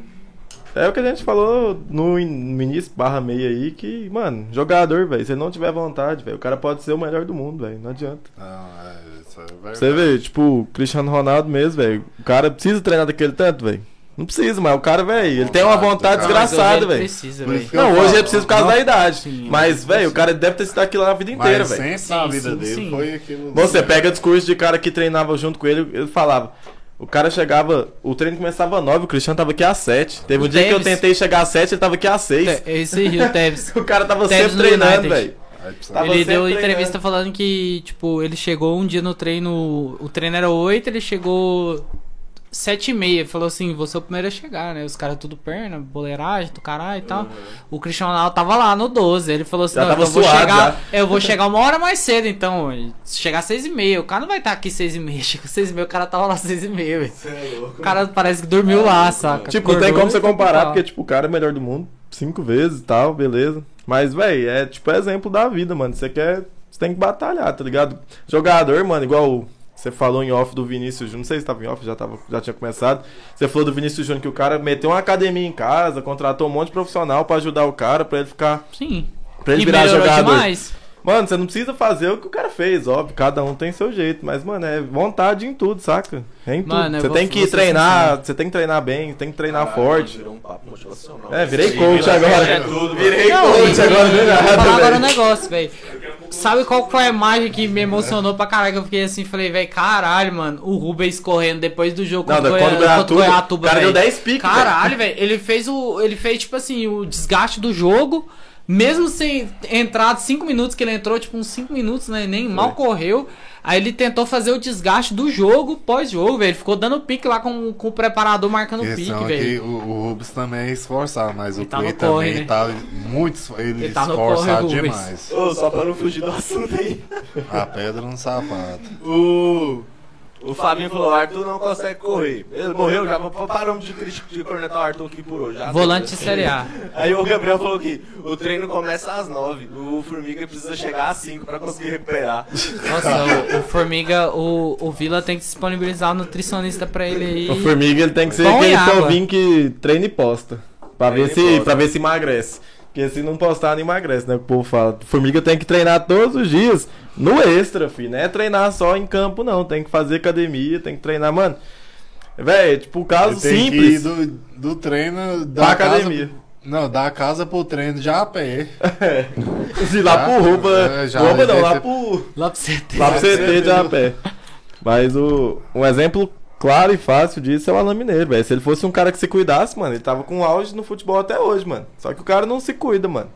é o que a gente falou no, in- no início barra meia aí, que, mano, jogador, velho, se ele não tiver vontade, velho, o cara pode ser o melhor do mundo, velho. Não adianta. Não, é, isso é verdade. Você vê, tipo, o Cristiano Ronaldo mesmo, velho. O cara precisa treinar daquele tanto, velho. Não precisa, mas o cara, velho, ele tem uma vontade Vontade, cara. Mas hoje desgraçada, ele velho. Precisa, Por velho. isso que eu Não, falo, hoje é preciso por causa da idade. Sim, Mas, velho, o cara deve ter sido aquilo lá a vida inteira, Mas velho. sempre na vida sim, dele sim. foi aquilo. né? Você pega discurso de cara que treinava junto com ele, ele falava. O cara chegava, o treino começava às 9, o Cristiano tava aqui às 7. Teve um O dia que eu Tevez. tentei chegar às 7, ele tava aqui às 6. Esse Rio Tevez. O cara tava Tevez sempre no treinando, United. velho. Aí precisa- Tava ele sempre né? deu treinando. entrevista falando que, tipo, ele chegou um dia no treino. O treino era 8, ele chegou sete e meia. Falou assim, você é o primeiro a chegar, né? Os caras tudo perna, boleiragem, do caralho e tal. O Cristiano Ronaldo tava lá no 12. Ele falou assim, Uhum. Já não, tava eu vou suado, chegar. Eu vou chegar uma hora mais cedo, então. Se chegar às seis e meia. O cara não vai estar aqui às seis e meia. Chega às seis e meia, o cara tava lá às seis e meia, velho. Você é louco. O cara parece que dormiu lá, saca? Tipo, não tem Acordou como você e foi comparar, pra lá. porque, tipo, o cara é melhor do mundo cinco vezes e tal, beleza. Mas, velho, é tipo exemplo da vida, mano. Você quer. Você tem que batalhar, tá ligado? Jogador, mano, igual você falou em off do Vinícius Júnior. Não sei se tava em off, já, tava, já tinha começado. Você falou do Vinícius Júnior que o cara meteu uma academia em casa, contratou um monte de profissional pra ajudar o cara, pra ele ficar. Sim. Pra ele E virar melhorou jogador. demais. Mano, você não precisa fazer o que o cara fez, óbvio. Cada um tem seu jeito. Mas, mano, é vontade em tudo, saca? É em tudo. Mano, eu você vou- tem que vou ser treinar, sincero. você tem que treinar bem, tem que treinar Caralho, forte. Virou um papo motivacional. É, virei Sim, coach virou- agora. É tudo, Virei virei. Não, coach e- é agora, do nada, Vou falar agora um velho. negócio, velho. Sabe qual foi a imagem que me emocionou pra caralho? Que eu fiquei assim, falei, velho, caralho, mano. O Rubens correndo depois do jogo Não, contra o contra o Goiá- contra o Goiatuba. Goiatuba, O cara velho. deu 10 piques, Caralho, velho. Ele fez o. Ele fez, tipo assim, o desgaste do jogo. Mesmo sem entrar 5 minutos, que ele entrou, tipo, uns 5 minutos, né? Nem mal correu. Aí ele tentou fazer o desgaste do jogo pós-jogo, velho. Ele ficou dando pique lá com, com o preparador marcando pique, questão é que velho. o, o Rubens também é esforçado, mas Ele o tá Clay no corre, também né? tá muito esfor- ele Ele tá no esforçado corre, Rubens. demais. Ô, só pra não fugir do assunto aí. A pedra no sapato. O. O Fabinho falou, o Arthur não consegue correr. Ele morreu já, mas paramos de, crit- de cornetar o Arthur aqui por hoje. já. Volante de Série A. Aí o Gabriel falou que o treino começa às 9, o Formiga precisa chegar às 5 pra conseguir recuperar. Nossa, o, o Formiga, o, o Vila tem que disponibilizar um nutricionista pra ele aí. O Formiga ele tem que ser Pão e aquele água. povinho que treina e posta. Pra ver, Treina e se, posta. pra ver se emagrece. Porque se não postar, não emagrece, né? O povo fala. Formiga tem que treinar todos os dias no extra, filho. Não é treinar só em campo, não. Tem que fazer academia, tem que treinar, mano. Véi, tipo, caso Ele tem que ir simples. do, do treino da Pra casa- academia. Não, da casa pro treino já a pé. De lá Já, pro roupa. é, já, roupa não, já, lá já- pro. Lá pra você ter. Lá pro CT de certeza. a pé. Mas o, um exemplo claro e fácil disso é o Alain Mineiro, velho. Se ele fosse um cara que se cuidasse, mano, ele tava com auge no futebol até hoje, mano. Só que o cara não se cuida, mano.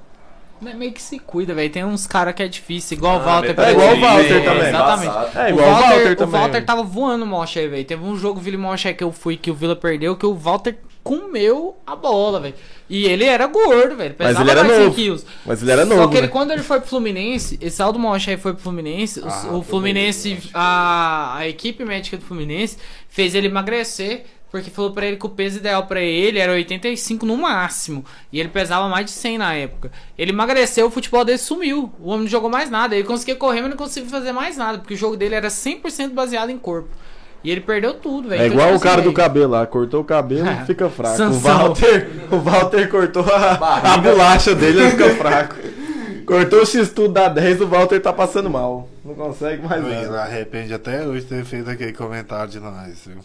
Mas Meio que se cuida, velho. Tem uns caras que é difícil, igual o Walter. É igual o Walter É, também. Exatamente. É igual o Walter, também. O Walter tava voando o Mocha aí, velho. Teve um jogo Vila e Mocha aí que eu fui que o Vila perdeu, que o Walter comeu a bola, velho. E ele era gordo, velho. Mas Pesava ele era mais novo. 100 quilos. Mas ele era Só novo. que ele, né? quando ele foi pro Fluminense, esse Aldo Mocha aí foi pro Fluminense, o- Ah, o, foi Fluminense, mesmo, a, a equipe médica do Fluminense fez ele emagrecer, porque falou pra ele que o peso ideal pra ele era 85 no máximo, e ele pesava mais de 100 na época. Ele emagreceu, o futebol dele sumiu, o homem não jogou mais nada, ele conseguia correr, mas não conseguia fazer mais nada, porque o jogo dele era 100% baseado em corpo. E ele perdeu tudo, velho. É Então, igual o tipo cara assim, do cabelo lá, cortou o cabelo Ah, e fica fraco. O Sansão. Walter, o Walter cortou a, a bolacha dele e fica fraco. Cortou o X-Tudo da 10, o Walter tá passando mal. Não consegue mais nada. Ele arrepende até hoje de ter feito aquele comentário de nós, viu?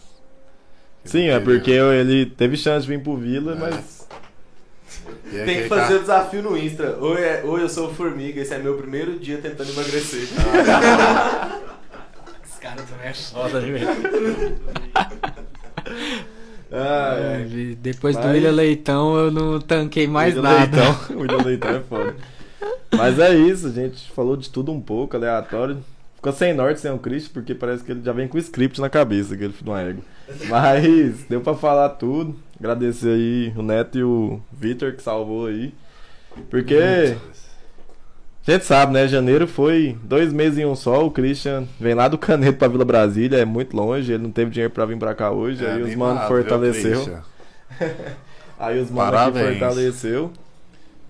Sim, é porque ele teve chance de vir pro Vila, mas. E é Tem que aquele cara- fazer o desafio no Insta. Oi, é- oi, eu sou o Formiga, esse é meu primeiro dia tentando emagrecer. Esse cara também é foda, velho. Ah, é. Ele- Depois do Mas- William Leitão, eu não tanquei mais William nada. Leitão. O William Leitão é foda. Mas é isso, a gente falou de tudo um pouco, aleatório. Ficou sem norte, sem o Cristo, porque parece que ele já vem com o script na cabeça, aquele filho de uma égua. Mas deu pra falar tudo. Agradecer aí o Neto e o Vitor que salvou aí. Porque. A gente sabe, né? Janeiro foi dois meses em um só. O Christian vem lá do Caneto pra Vila Brasília, é muito longe, ele não teve dinheiro pra vir pra cá hoje. aí os É animado, mano viu, fortaleceu. Christian? Aí os mano aqui Parabéns. fortaleceu.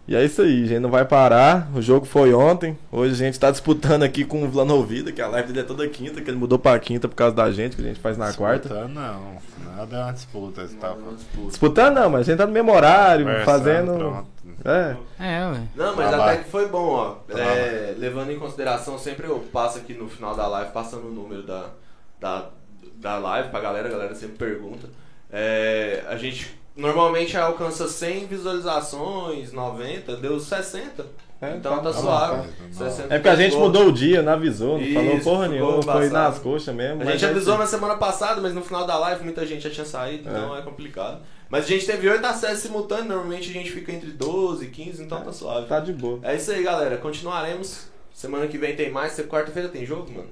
E é isso aí, a gente não vai parar. O jogo foi ontem. Hoje a gente tá disputando aqui com o Vlanovida, que a live dele é toda quinta, que ele mudou pra quinta por causa da gente, que a gente faz na quarta. Disputa, não. Nada é uma disputa. Você Ah, tá Disputando não, mas a gente tá no mesmo horário, fazendo. É, pronto. É. É, ué. Não, mas Trabalho. até que foi bom, ó. Trabalho. É, levando em consideração, sempre eu passo aqui no final da live, passando o número da, da, da live pra galera, a galera sempre pergunta. É, a gente normalmente alcança 100 visualizações, 90, deu 60. É, então tá, tá bom, suave. tá bom. 60 É porque a gente ficou. mudou o dia, não avisou, não falou Isso, porra ficou nenhuma, foi embaçado. nas coxas mesmo. A mas gente é avisou assim. na semana passada, mas no final da live muita gente já tinha saído, então é complicado. Mas a gente teve 8 acessos simultâneos, normalmente a gente fica entre 12 e 15, então tá suave. Tá de boa. É isso aí, galera. Continuaremos. Semana que vem tem mais. Se- Quarta-feira tem jogo, mano?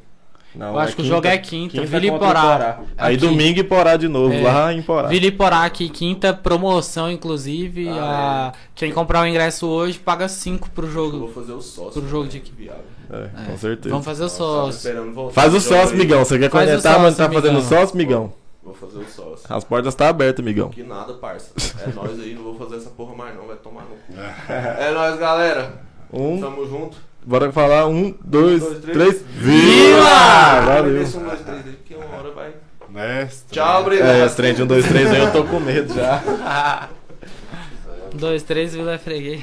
Não, Eu acho que o jogo é quinta, Vila e contra Porá. Aí Aqui. domingo e Porá de novo, É. lá em Porá. Vila Iporá aqui, quinta promoção, inclusive. Ah, a- Quem comprar o ingresso hoje paga 5 pro Eu vou jogo. fazer o sócio. Pro jogo né? de que- viado. É, É, com certeza. Vamos fazer o Tava sócio. esperando voltar Faz o esse jogo sócio, aí. migão. Você quer Faz o conectar, mas sócio, tá fazendo migão. sócio, migão? Vou fazer o sócio. As portas tá abertas, migão. Que nada, parça. É nóis aí, não vou fazer essa porra mais não, vai tomar no cu. É nóis, galera. Um, Tamo junto. bora falar. Um, dois, dois, três. três. Vila! Valeu. Um, dois, três, aí, porque uma hora vai. Mestre. Tchau, obrigado. É, esse trem de um, dois, três aí eu tô com medo já. 2, 3, Um, Vila Freguês.